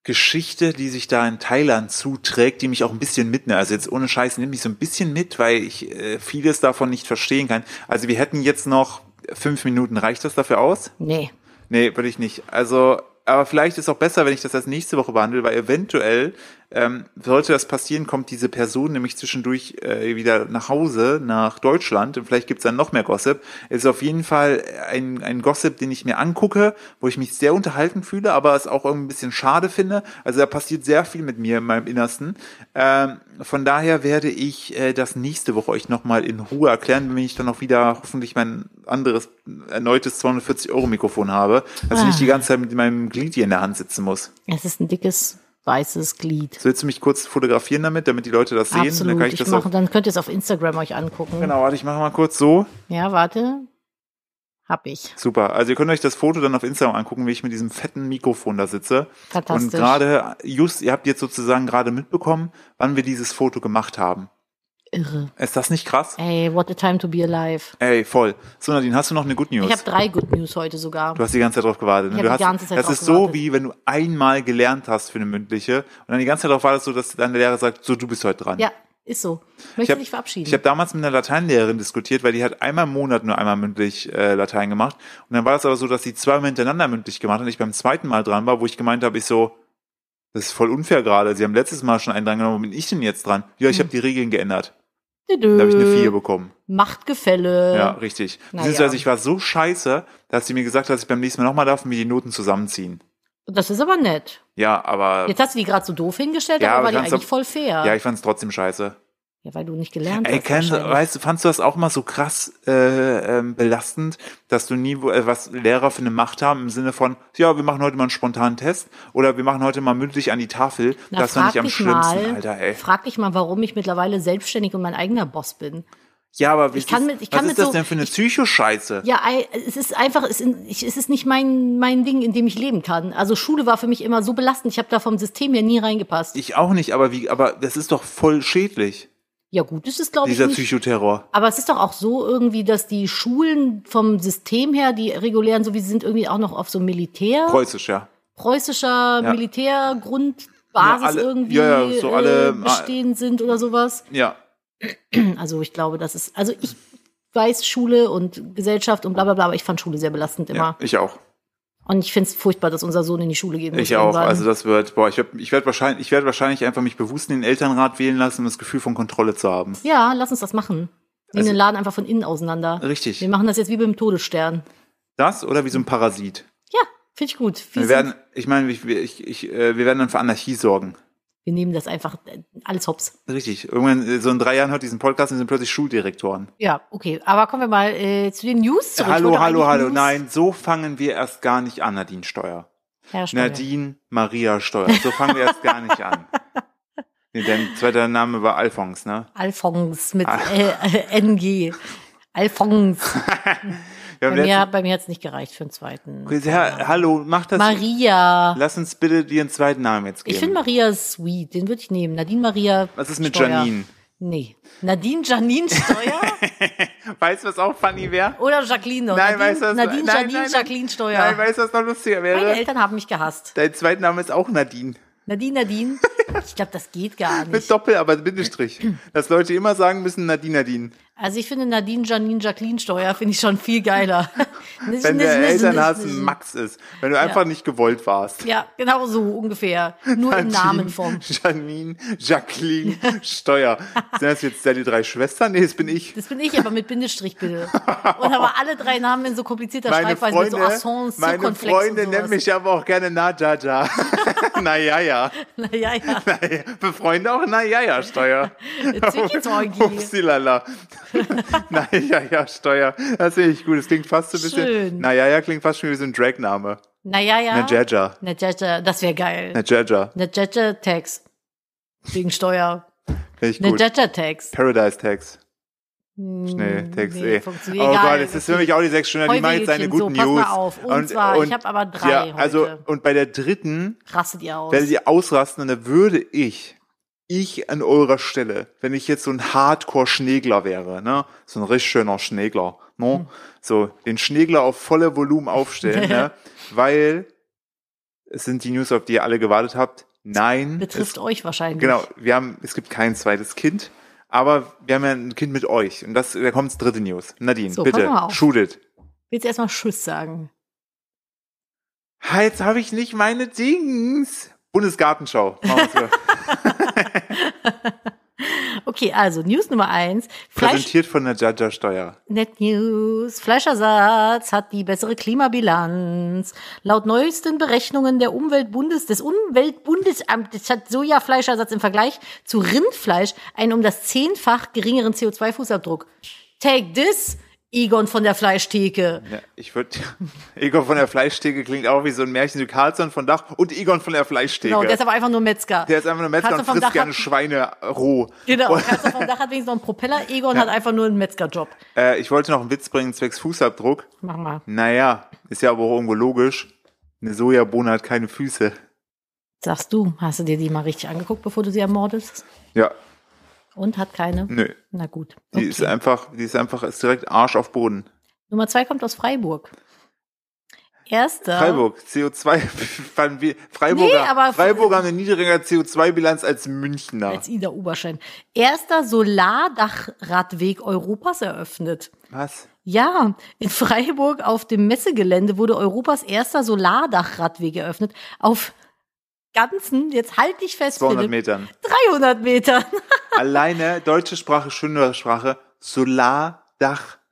S1: Geschichte, die sich da in Thailand zuträgt, die mich auch ein bisschen mitnimmt. Also jetzt ohne Scheiß nimmt mich so ein bisschen mit, weil ich äh, vieles davon nicht verstehen kann. Also wir hätten jetzt noch fünf Minuten. Reicht das dafür aus?
S2: Nee.
S1: Nee, würde ich nicht. Also, aber vielleicht ist auch besser, wenn ich das erst nächste Woche behandle, weil eventuell, ähm, sollte das passieren, kommt diese Person nämlich zwischendurch äh, wieder nach Hause, nach Deutschland und vielleicht gibt's dann noch mehr Gossip. Es ist auf jeden Fall ein, ein Gossip, den ich mir angucke, wo ich mich sehr unterhalten fühle, aber es auch irgendwie ein bisschen schade finde. Also da passiert sehr viel mit mir in meinem Innersten. Ähm, von daher werde ich äh, das nächste Woche euch nochmal in Ruhe erklären, wenn ich dann auch wieder hoffentlich mein anderes, erneutes 240-Euro-Mikrofon habe, dass ich nicht die ganze Zeit mit meinem Glied hier in der Hand sitzen muss.
S2: Es ist ein dickes, weißes Glied.
S1: So, willst du mich kurz fotografieren damit, damit die Leute das sehen?
S2: Absolut.
S1: Dann kann ich
S2: ich
S1: das
S2: mache,
S1: auch.
S2: dann könnt ihr es auf Instagram euch angucken.
S1: Genau, warte, ich mache mal kurz so.
S2: Ja, warte. Hab ich.
S1: Super. Also ihr könnt euch das Foto dann auf Instagram angucken, wie ich mit diesem fetten Mikrofon da sitze.
S2: Fantastisch.
S1: Und gerade, just, ihr habt jetzt sozusagen gerade mitbekommen, wann wir dieses Foto gemacht haben.
S2: Irre.
S1: Ist das nicht krass?
S2: Ey, what a time to be alive.
S1: Ey, voll. So, Nadine, hast du noch eine Good News?
S2: Ich habe drei Good News heute sogar.
S1: Du hast die ganze Zeit drauf gewartet. Ne?
S2: Ich
S1: Du
S2: hab die
S1: hast,
S2: ganze Zeit
S1: das
S2: drauf
S1: ist so,
S2: gewartet.
S1: wie wenn du einmal gelernt hast für eine mündliche und dann die ganze Zeit darauf wartest, so, dass dann der Lehrer sagt, so, du bist heute dran.
S2: Ja, ist so.
S1: Ich
S2: Möchtest du
S1: hab-
S2: dich verabschieden?
S1: Ich habe damals mit einer Lateinlehrerin diskutiert, weil die hat einmal im Monat nur einmal mündlich äh, Latein gemacht. Und dann war das aber so, dass sie zweimal hintereinander mündlich gemacht hat und ich beim zweiten Mal dran war, wo ich gemeint habe, ich so, das ist voll unfair gerade. Sie haben letztes Mal schon einen dran genommen, wo bin ich denn jetzt dran? Ja,
S2: Hm.
S1: ich habe die Regeln geändert.
S2: Düdü.
S1: Da habe ich eine 4 bekommen.
S2: Machtgefälle.
S1: Ja, richtig.
S2: Hm. na
S1: Beziehungsweise
S2: ja.
S1: ich war so scheiße, dass sie mir gesagt hat, dass ich beim nächsten Mal nochmal darf und wir die Noten zusammenziehen.
S2: Das ist aber nett.
S1: Ja, aber
S2: Jetzt hast du die gerade so doof hingestellt,
S1: Ja,
S2: aber
S1: aber
S2: war die
S1: kannst du-
S2: eigentlich voll fair.
S1: ja, ich fand's trotzdem scheiße.
S2: Ja, weil du nicht gelernt
S1: Ey,
S2: hast.
S1: Ken,
S2: wahrscheinlich.
S1: weißt du, fandst du das auch mal so krass äh, ähm, belastend, dass du nie, wo- äh, was Lehrer für eine Macht haben im Sinne von, ja, wir machen heute mal einen spontanen Test oder wir machen heute mal mündlich an die Tafel.
S2: Na,
S1: das
S2: frag
S1: fand ich am
S2: dich
S1: schlimmsten,
S2: mal,
S1: Alter, ey.
S2: Frag dich mal, warum ich mittlerweile selbstständig und mein eigener Boss bin.
S1: Ja, aber ich
S2: kann mit- ich kann
S1: was
S2: mit
S1: ist das
S2: so-
S1: denn für eine Psychoscheiße?
S2: Ja, ei- es ist einfach, es in- ich- es ist nicht mein, mein Ding, in dem ich leben kann. Also Schule war für mich immer so belastend, ich habe da vom System her nie reingepasst.
S1: Ich auch nicht, aber wie, aber das ist doch voll schädlich,
S2: ja gut, das ist glaube ich
S1: dieser
S2: nicht.
S1: Psychoterror.
S2: Aber es ist doch auch so irgendwie, dass die Schulen vom System her, die regulären, so wie sie sind, irgendwie auch noch auf so Militär,
S1: Preußisch, ja.
S2: preußischer
S1: Ja.
S2: Militärgrundbasis
S1: Ja, alle-
S2: irgendwie
S1: ja, ja, so alle-
S2: äh, bestehen sind oder sowas.
S1: Ja.
S2: Also ich glaube, das ist, also ich weiß Schule und Gesellschaft und bla bla bla, aber ich fand Schule sehr belastend
S1: ja
S2: immer.
S1: ich auch.
S2: Und ich finde es furchtbar, dass unser Sohn in die Schule gehen muss.
S1: Ich auch.
S2: irgendwann.
S1: Also das wird, boah, ich, werd- ich werde wahrscheinlich, ich werde wahrscheinlich einfach mich bewusst in den Elternrat wählen lassen, um das Gefühl von Kontrolle zu haben.
S2: ja, lass uns das machen. Nehmen
S1: Also-
S2: den Laden einfach von innen auseinander.
S1: Richtig.
S2: Wir machen das jetzt wie beim Todesstern.
S1: Das oder wie
S2: Mhm.
S1: so ein Parasit.
S2: Ja, finde ich gut.
S1: Wir
S2: sind-
S1: werden, ich meine, ich, ich, ich, äh, wir werden dann für Anarchie sorgen.
S2: wir nehmen das einfach äh, alles hops.
S1: Richtig. Irgendwann, äh, so in drei Jahren hört diesen Podcast und sind plötzlich Schuldirektoren.
S2: Ja, okay. Aber kommen wir mal äh, zu den News zurück. Ich
S1: hallo,
S2: wollte eigentlich
S1: hallo, hallo.
S2: News-
S1: Nein, so fangen wir erst gar nicht an, Nadine Steuer.
S2: Herr Steuer.
S1: Nadine Maria Steuer. So fangen wir jetzt gar nicht an. Nee, dein zweiter Name war Alphons, ne?
S2: Alphons
S1: Ah.
S2: mit äh, NG. Alphons.
S1: Wir
S2: Bei
S1: haben
S2: mir, bei mir hat's nicht gereicht für den zweiten.
S1: letztens- ja, hallo, mach das.
S2: Maria.
S1: Lass uns bitte dir einen zweiten Namen jetzt geben.
S2: Ich finde Maria sweet, den würde ich nehmen. Nadine Maria.
S1: Was ist mit
S2: Steuer.
S1: Janine?
S2: Nee. Nadine Janine Steuer
S1: weißt du, was auch funny wäre?
S2: oder Jacqueline? noch?
S1: Nein,
S2: Nadine,
S1: weißt du, was
S2: Nadine
S1: nein, nein,
S2: Janine
S1: nein.
S2: Jacqueline Steuer.
S1: Nein, weißt du, was noch lustiger
S2: Meine
S1: wäre?
S2: Eltern haben mich gehasst.
S1: Dein zweiter Name ist auch Nadine.
S2: Nadine Nadine. Ich glaube, das geht gar
S1: Mit
S2: nicht.
S1: Doppel, aber mit Bindestrich. Dass Leute immer sagen müssen Nadine, Nadine.
S2: Also ich finde Nadine Janine Jacqueline Steuer finde ich schon viel geiler.
S1: Wenn der Elternhass Max ist. Wenn du einfach nicht gewollt warst.
S2: Ja, genau so ungefähr. Nur im Namenform.
S1: Janine, Jacqueline, Steuer. Sind das jetzt deine drei Schwestern? Nee, das bin ich.
S2: Das bin ich, aber mit Bindestrich bitte. Und aber alle drei Namen in so komplizierter
S1: Meine
S2: Schreibweise
S1: Freunde,
S2: also mit so Assons,
S1: meine
S2: Circonflex
S1: Freunde
S2: und
S1: nennen
S2: sowas.
S1: mich aber auch gerne Najaja. naja, ja.
S2: Naja, ja.
S1: Befreunde auch Najaja, Steuer.
S2: Zicki-Zeugi.
S1: Upsilala. Najaja, Steuer. Das finde ich gut. Das klingt fast so ein bisschen.
S2: Schön. Ah?
S1: Najaja klingt fast schon wie so ein Dragname.
S2: Naja, ja.
S1: Najaja.
S2: Najaja, das wäre geil.
S1: Najaja.
S2: Najaja Tax. Wegen Steuer.
S1: Finde ich gut.
S2: Najaja Tax.
S1: Paradise Tax. Schnell,
S2: Schnell,
S1: Text,
S2: Hm, nee,
S1: eh.
S2: funktioniert.
S1: Oh
S2: Egal,
S1: Gott, es ist für mich auch die sechs Stunden, die machen jetzt seine
S2: Heuwelchen, so,
S1: guten
S2: pass mal
S1: News.
S2: auf. Und zwar, ich hab aber drei heute.
S1: Also, und bei der dritten
S2: Rastet ihr aus.
S1: werdet ihr ausrasten und da würde ich, ich an eurer Stelle, wenn ich jetzt so ein Hardcore-Schnegler wäre, ne, so ein richtig schöner Schnegler, ne,
S2: Hm.
S1: so den Schnegler auf volle Volumen aufstellen, ne, weil es sind die News, auf die ihr alle gewartet habt. Nein, es
S2: Betrifft euch wahrscheinlich.
S1: Genau, wir haben, es gibt kein zweites Kind, aber wir haben ja ein Kind mit euch. Und das, da kommt das dritte News. Nadine,
S2: So, pass
S1: bitte,
S2: mal auf.
S1: shootet.
S2: Willst du erstmal Schuss sagen?
S1: Ha, jetzt habe ich nicht meine Dings. Bundesgartenschau. Machen wir's so.
S2: Okay, also News Nummer eins. Fleisch,
S1: Präsentiert von der Jaja Steuer.
S2: Net News. Fleischersatz hat die bessere Klimabilanz. Laut neuesten Berechnungen der Umweltbundes, des Umweltbundesamtes hat Sojafleischersatz im Vergleich zu Rindfleisch einen um das zehnfach geringeren CO2-Fußabdruck. Take this, Egon von der Fleischtheke.
S1: Ja, ich würde, Egon von der Fleischtheke klingt auch wie so ein Märchen zu Karlsson von Dach und Egon von der Fleischtheke.
S2: Genau, der ist aber einfach nur Metzger.
S1: der ist einfach nur Metzger
S2: Karlsson
S1: und
S2: vom
S1: frisst
S2: Dach
S1: gerne
S2: hat-
S1: Schweine roh.
S2: Genau,
S1: Und,
S2: Karlsson vom Dach hat wenigstens noch einen Propeller, Egon hat einfach nur einen Metzgerjob.
S1: äh, ich wollte noch einen Witz bringen zwecks Fußabdruck.
S2: Mach mal.
S1: Naja, ist ja aber auch irgendwo logisch. Eine Sojabohne hat keine Füße.
S2: Sagst du, hast du dir die mal richtig angeguckt, bevor du sie ermordest?
S1: Ja,
S2: Und hat keine?
S1: nö.
S2: Na gut.
S1: Die
S2: Okay.
S1: ist einfach, die ist einfach, ist direkt Arsch auf Boden.
S2: Nummer zwei kommt aus Freiburg. Erster.
S1: Freiburg, CO2, fanden wir- Freiburger,
S2: Nee, aber-
S1: Freiburger haben eine niedrigere CO2-Bilanz als Münchner.
S2: Als Ida Oberschein. Erster Solardachradweg Europas eröffnet.
S1: Was?
S2: Ja, in Freiburg auf dem Messegelände wurde Europas erster Solardachradweg eröffnet. Auf ganzen, jetzt halt dich fest,
S1: 200
S2: Philipp,
S1: Metern.
S2: 300 Metern.
S1: Alleine deutsche Sprache, schöne Sprache,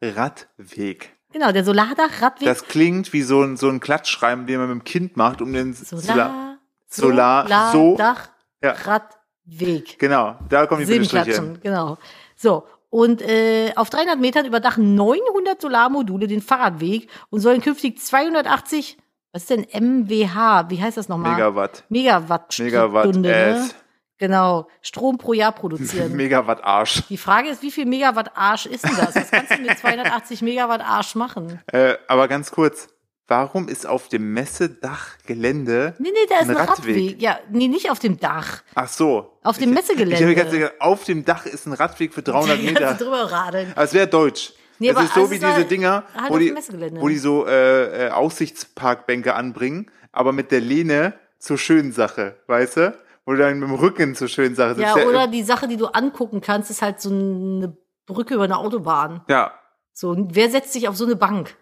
S1: Solardachradweg.
S2: Genau, der Solardachradweg.
S1: Das klingt wie so ein, so ein Klatschschreiben, den man mit dem Kind macht, um den Solar-
S2: Solar,
S1: Solar-
S2: Solar,
S1: so-
S2: Dach,
S1: Ja.
S2: Radweg.
S1: Genau, da kommen die Bindestriche.
S2: Silbenklatschen, genau. So. Und äh, auf 300 Metern überdachen 900 Solarmodule den Fahrradweg und sollen künftig 280, was ist denn MWH, wie heißt das nochmal?
S1: Megawatt.
S2: Megawatt.
S1: Megawatt
S2: ne?
S1: S.
S2: Genau, Strom pro Jahr produzieren.
S1: Megawatt Arsch.
S2: Die Frage ist, wie viel Megawatt Arsch ist denn das? Was kannst du mit 280 Megawatt Arsch machen?
S1: Äh, aber ganz kurz, warum ist auf dem Messedachgelände
S2: Nee, nee, da ist ein,
S1: Ein
S2: Radweg.
S1: Radweg.
S2: Ja, nee, nicht auf dem Dach.
S1: Ach so.
S2: Auf dem
S1: Ich-
S2: Messegelände.
S1: Ich habe gerade gesagt, auf dem Dach ist ein Radweg für 300
S2: Da kannst du
S1: Meter.
S2: drüber radeln.
S1: Das wäre deutsch.
S2: Nee,
S1: das
S2: aber
S1: ist so
S2: also
S1: wie
S2: es war
S1: diese Dinger,
S2: halt
S1: wo
S2: auf
S1: die,
S2: dem Messegelände.
S1: wo die so äh, äh, Aussichtsparkbänke anbringen, aber mit der Lehne zur schönen Sache, weißt du? Wo du dann mit dem Rücken zur schönen Sache sitzt.
S2: Ja,
S1: Der-
S2: oder die Sache, die du angucken kannst, ist halt so eine Brücke über eine Autobahn.
S1: ja.
S2: So, und wer setzt sich auf so eine Bank?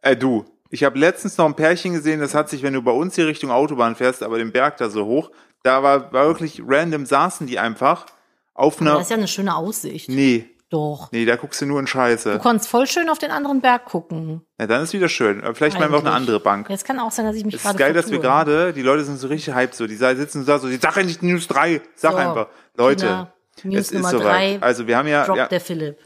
S1: Äh, du, ich habe letztens noch ein Pärchen gesehen, das hat sich, wenn du bei uns hier Richtung Autobahn fährst, aber den Berg da so hoch, da war, war wirklich random saßen die einfach auf
S2: Das
S1: einer.
S2: ist ja eine schöne Aussicht.
S1: Nee,
S2: Doch.
S1: nee, da guckst du nur in Scheiße.
S2: Du konntest voll schön auf den anderen Berg gucken.
S1: Ja, dann ist wieder schön. Aber Vielleicht meinen wir auch eine
S2: Eigentlich.
S1: andere Bank.
S2: Ja, Es kann auch sein, dass ich mich
S1: Es
S2: gerade
S1: ist geil, dass wir
S2: vertue.
S1: gerade, die Leute sind so richtig hyped, so, die sa- sitzen da so, die sag endlich News 3, sag
S2: So,
S1: einfach. Leute,
S2: Kinder, News
S1: es ist
S2: Nummer
S1: soweit.
S2: drei,
S1: Also wir haben ja,
S2: Drop
S1: ja
S2: der Philipp.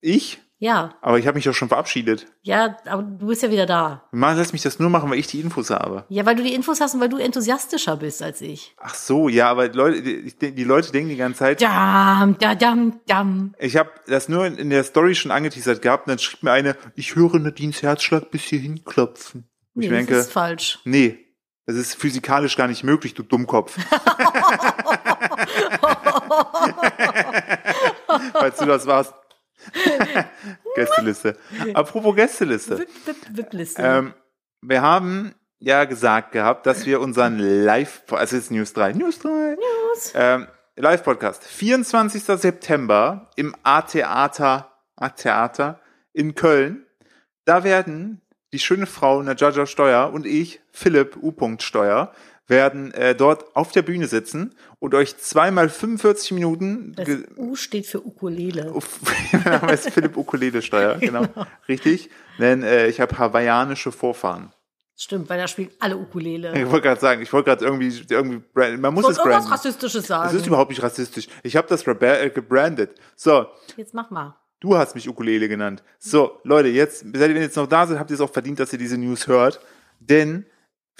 S1: ich,
S2: Ja,
S1: Aber ich habe mich ja schon verabschiedet.
S2: ja, aber du bist ja wieder da.
S1: Mal lass mich das nur machen, weil ich die Infos habe.
S2: Ja, weil du die Infos hast und weil du enthusiastischer bist als ich.
S1: Ach so, ja, aber Leute, die, die Leute denken die ganze Zeit,
S2: Dam, da, dam, dam.
S1: ich habe das nur in, in der Story schon angeteasert gehabt und dann schrieb mir eine, ich höre Nadines Herzschlag bis hierhin klopfen. Und
S2: Nee,
S1: ich denke,
S2: das ist falsch.
S1: nee, das ist physikalisch gar nicht möglich, du Dummkopf. Falls du das warst. Gästeliste. Apropos Gästeliste.
S2: Wip, wip, Wip-Liste.
S1: Ähm, wir haben ja gesagt gehabt, dass wir unseren Live, also es ist News 3, News 3,
S2: News.
S1: Ähm, Live-Podcast, 24. September im A-Theater, A-Theater in Köln. Da werden die schöne Frau Najaja Steuer und ich, Philipp U. Steuer, werden äh, dort auf der Bühne sitzen und euch zweimal 45 Minuten
S2: das
S1: ge-
S2: U steht für Ukulele.
S1: Uff, mein Name ist Philipp Ukulele Steuer, genau. Richtig. Denn äh, ich habe hawaiianische Vorfahren.
S2: Stimmt, weil da spielen alle Ukulele.
S1: Ich wollte gerade sagen, ich wollte gerade irgendwie, irgendwie, brand- man muss
S2: Soll
S1: es
S2: irgendwas
S1: branden.
S2: Rassistisches
S1: Es
S2: sagen.
S1: ist überhaupt nicht rassistisch. Ich habe das rebe- äh, gebrandet. So,
S2: Jetzt mach mal.
S1: du hast mich Ukulele genannt. So, Leute, jetzt, seid ihr wenn ihr jetzt noch da seid, habt ihr es auch verdient, dass ihr diese News hört. Denn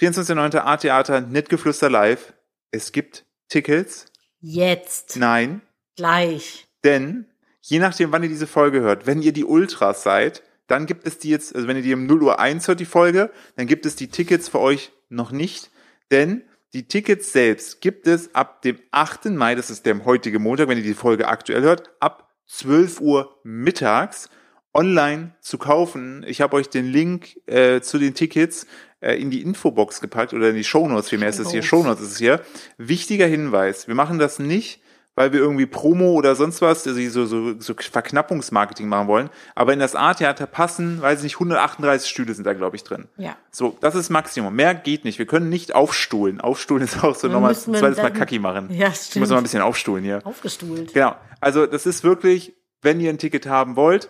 S1: 24.09. A-Theater, Nettgeflüster live. Es gibt Tickets.
S2: Jetzt.
S1: Nein,
S2: Gleich.
S1: denn je nachdem, wann ihr diese Folge hört, wenn ihr die Ultras seid, dann gibt es die jetzt, also wenn ihr die um 0 Uhr 1 hört, die Folge, dann gibt es die Tickets für euch noch nicht, denn die Tickets selbst gibt es ab dem 8. Mai, das ist der heutige Montag, wenn ihr die Folge aktuell hört, ab 12 Uhr mittags online zu kaufen. Ich habe euch den Link äh, zu den Tickets äh, in die Infobox gepackt oder in die Shownotes, vielmehr ist es hier,
S2: Shownotes.
S1: Shownotes ist es hier. Wichtiger Hinweis, wir machen das nicht, weil wir irgendwie Promo oder sonst was, also so, so, so Verknappungsmarketing machen wollen, aber in das A-Theater passen, weiß nicht, 138 Stühle sind da, glaube ich, drin.
S2: Ja.
S1: So, das ist Maximum. Mehr geht nicht. Wir können nicht aufstuhlen. Aufstuhlen ist auch so
S2: Dann
S1: nochmal
S2: müssen wir
S1: ein zweites Mal
S2: dann-
S1: Kacki machen. Ich
S2: Ja,
S1: muss
S2: stimmt.
S1: mal ein bisschen aufstuhlen hier.
S2: Aufgestuhlt.
S1: Genau. Also das ist wirklich, wenn ihr ein Ticket haben wollt,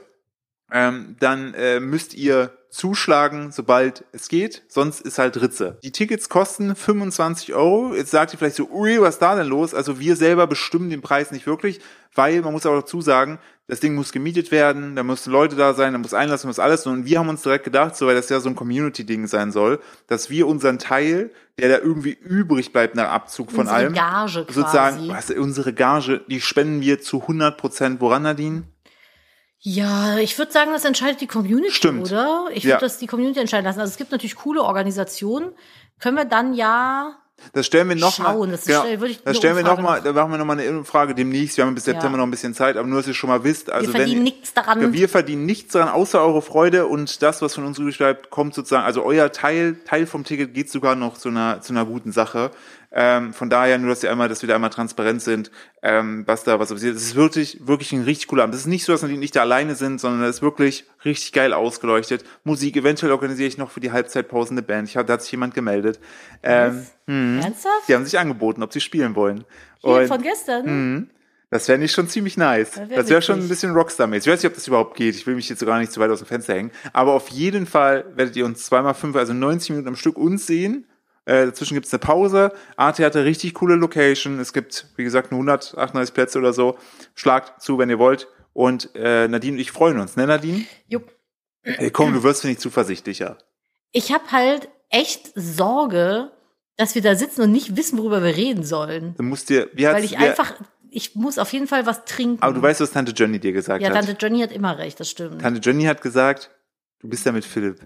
S1: ähm, dann äh, müsst ihr zuschlagen, sobald es geht, sonst ist halt Ritze. Die Tickets kosten 25 Euro. Jetzt sagt ihr vielleicht so, ui, was ist da denn los? Also wir selber bestimmen den Preis nicht wirklich, weil man muss aber dazu sagen, das Ding muss gemietet werden, da müssen Leute da sein, da muss Einlass, da muss alles. Und wir haben uns direkt gedacht, so weil das ja so ein Community-Ding sein soll, dass wir unseren Teil, der da irgendwie übrig bleibt nach Abzug von
S2: Unsere
S1: allem,
S2: Gage quasi.
S1: sozusagen, was, unsere Gage, die spenden wir zu 100 Prozent woran, Nadine?
S2: Ja, ich würde sagen, das entscheidet die Community,
S1: Stimmt.
S2: oder? Ich
S1: Ja.
S2: würde das die Community entscheiden lassen. Also es gibt natürlich coole Organisationen. Können wir dann ja.
S1: Das stellen wir noch mal.
S2: Schauen, das stell- würde ich
S1: das
S2: eine
S1: stellen wir noch mal.
S2: Umfrage noch-
S1: Da machen wir noch mal eine Umfrage demnächst. Wir haben bis September noch ein bisschen Zeit, aber nur, dass ihr schon mal wisst. Also
S2: wir verdienen
S1: wenn,
S2: nichts daran.
S1: Ja, wir verdienen nichts daran, außer eure Freude und das, was von uns übrig bleibt, kommt sozusagen. Also euer Teil, Teil vom Ticket geht sogar noch zu einer zu einer guten Sache. Ähm, von daher nur, dass wir einmal, dass wir da einmal transparent sind, ähm, was da was passiert. Es ist wirklich wirklich ein richtig cooler Abend. Es ist nicht so, dass wir nicht da alleine sind, sondern es ist wirklich richtig geil ausgeleuchtet. Musik, eventuell organisiere ich noch für die Halbzeitpause eine Band. Ich hab, da hat sich jemand gemeldet. Ähm,
S2: Mhm. Ernsthaft?
S1: die haben sich angeboten, ob sie spielen wollen.
S2: Hier
S1: Und Mhm.
S2: von gestern.
S1: das wäre nicht schon ziemlich nice.
S2: Das wär
S1: Das wäre schon ein
S2: witzig.
S1: bisschen Rockstar-mäßig. Ich weiß nicht, ob das überhaupt geht. Ich will mich jetzt so gar nicht zu weit aus dem Fenster hängen. Aber auf jeden Fall werdet ihr uns zweimal fünf, also 90 Minuten am Stück uns sehen. Äh, dazwischen gibt's eine Pause. A-Theater, richtig coole Location. Es gibt, wie gesagt, nur 138 Plätze oder so. Schlagt zu, wenn ihr wollt. Und äh, Nadine und ich freuen uns, ne Nadine?
S2: Jupp.
S1: Hey, komm, du wirst, finde ich, zuversichtlicher.
S2: Ich habe halt echt Sorge, dass wir da sitzen und nicht wissen, worüber wir reden sollen.
S1: Du musst dir, wie hat's,
S2: Weil ich
S1: wie,
S2: einfach, ich muss auf jeden Fall was trinken.
S1: Aber du weißt, was Tante Johnny dir gesagt
S2: ja,
S1: hat.
S2: Tante Johnny hat immer recht, das stimmt.
S1: Tante Jenny hat gesagt, du bist ja mit Philipp.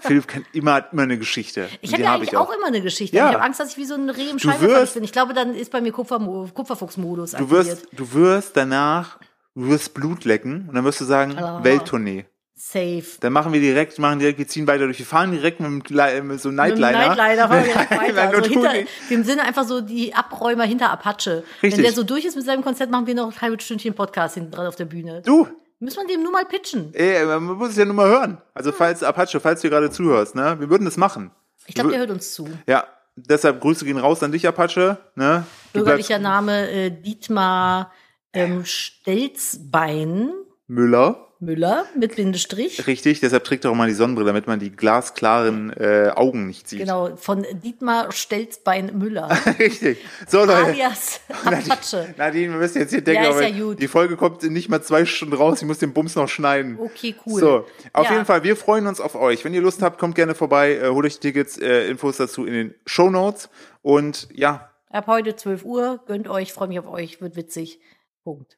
S1: Philipp kann immer, hat immer eine Geschichte.
S2: ich
S1: Und
S2: habe
S1: die
S2: ja
S1: hab
S2: eigentlich auch. immer eine Geschichte.
S1: Ja.
S2: Ich habe Angst, dass ich wie so ein Reh im
S1: Du
S2: Scheinwerfer
S1: wirst-
S2: bin. Ich glaube, dann ist bei mir Kupfermo Kupferfuchsmodus
S1: Du
S2: aktiviert.
S1: wirst, du wirst danach, du wirst Blut lecken und dann wirst du sagen,
S2: Klar.
S1: Welttournee.
S2: Safe.
S1: Dann machen wir direkt, machen direkt, wir ziehen weiter durch. Wir fahren direkt mit, dem, Kle- mit so einem Nightliner.
S2: Mit dem Nightliner fahren wir direkt
S1: Nightliner
S2: weiter.
S1: und
S2: So
S1: tun
S2: hinter,
S1: die-
S2: wir sind einfach so die Abräumer hinter Apache.
S1: Richtig.
S2: Wenn der so durch ist mit seinem Konzert, machen wir noch ein halbes Stündchen Podcast hinten dran auf der Bühne.
S1: du,
S2: Müssen wir dem nur mal pitchen.
S1: ey, man muss es ja nur mal hören. Also falls, Apache, falls du gerade zuhörst, ne, wir würden das machen.
S2: Ich glaube, der hört uns zu.
S1: Ja, deshalb Grüße gehen raus an dich, Apache. Ne? Du bleibst
S2: Bürgerlicher Name äh, Dietmar ähm, Stelzbein.
S1: Müller.
S2: Müller mit Bindestrich.
S1: Richtig, deshalb trägt er auch mal die Sonnenbrille, damit man die glasklaren äh, Augen nicht sieht.
S2: Genau, von Dietmar Stelzbein Müller.
S1: Richtig. So, Leute.
S2: Alias Apache.
S1: Nadine, wir müssen jetzt hier denken,
S2: Ja, ist ja
S1: aber
S2: gut.
S1: die Folge kommt in nicht mal zwei Stunden raus. Ich muss den Bums noch schneiden.
S2: Okay, Oh, cool.
S1: So, auf
S2: Ja.
S1: jeden Fall, wir freuen uns auf euch. Wenn ihr Lust habt, kommt gerne vorbei, äh, holt euch Tickets, äh, Infos dazu in den Show Notes. Und ja,
S2: Ab heute 12 Uhr. Gönnt euch, freue mich auf euch, wird witzig. Punkt.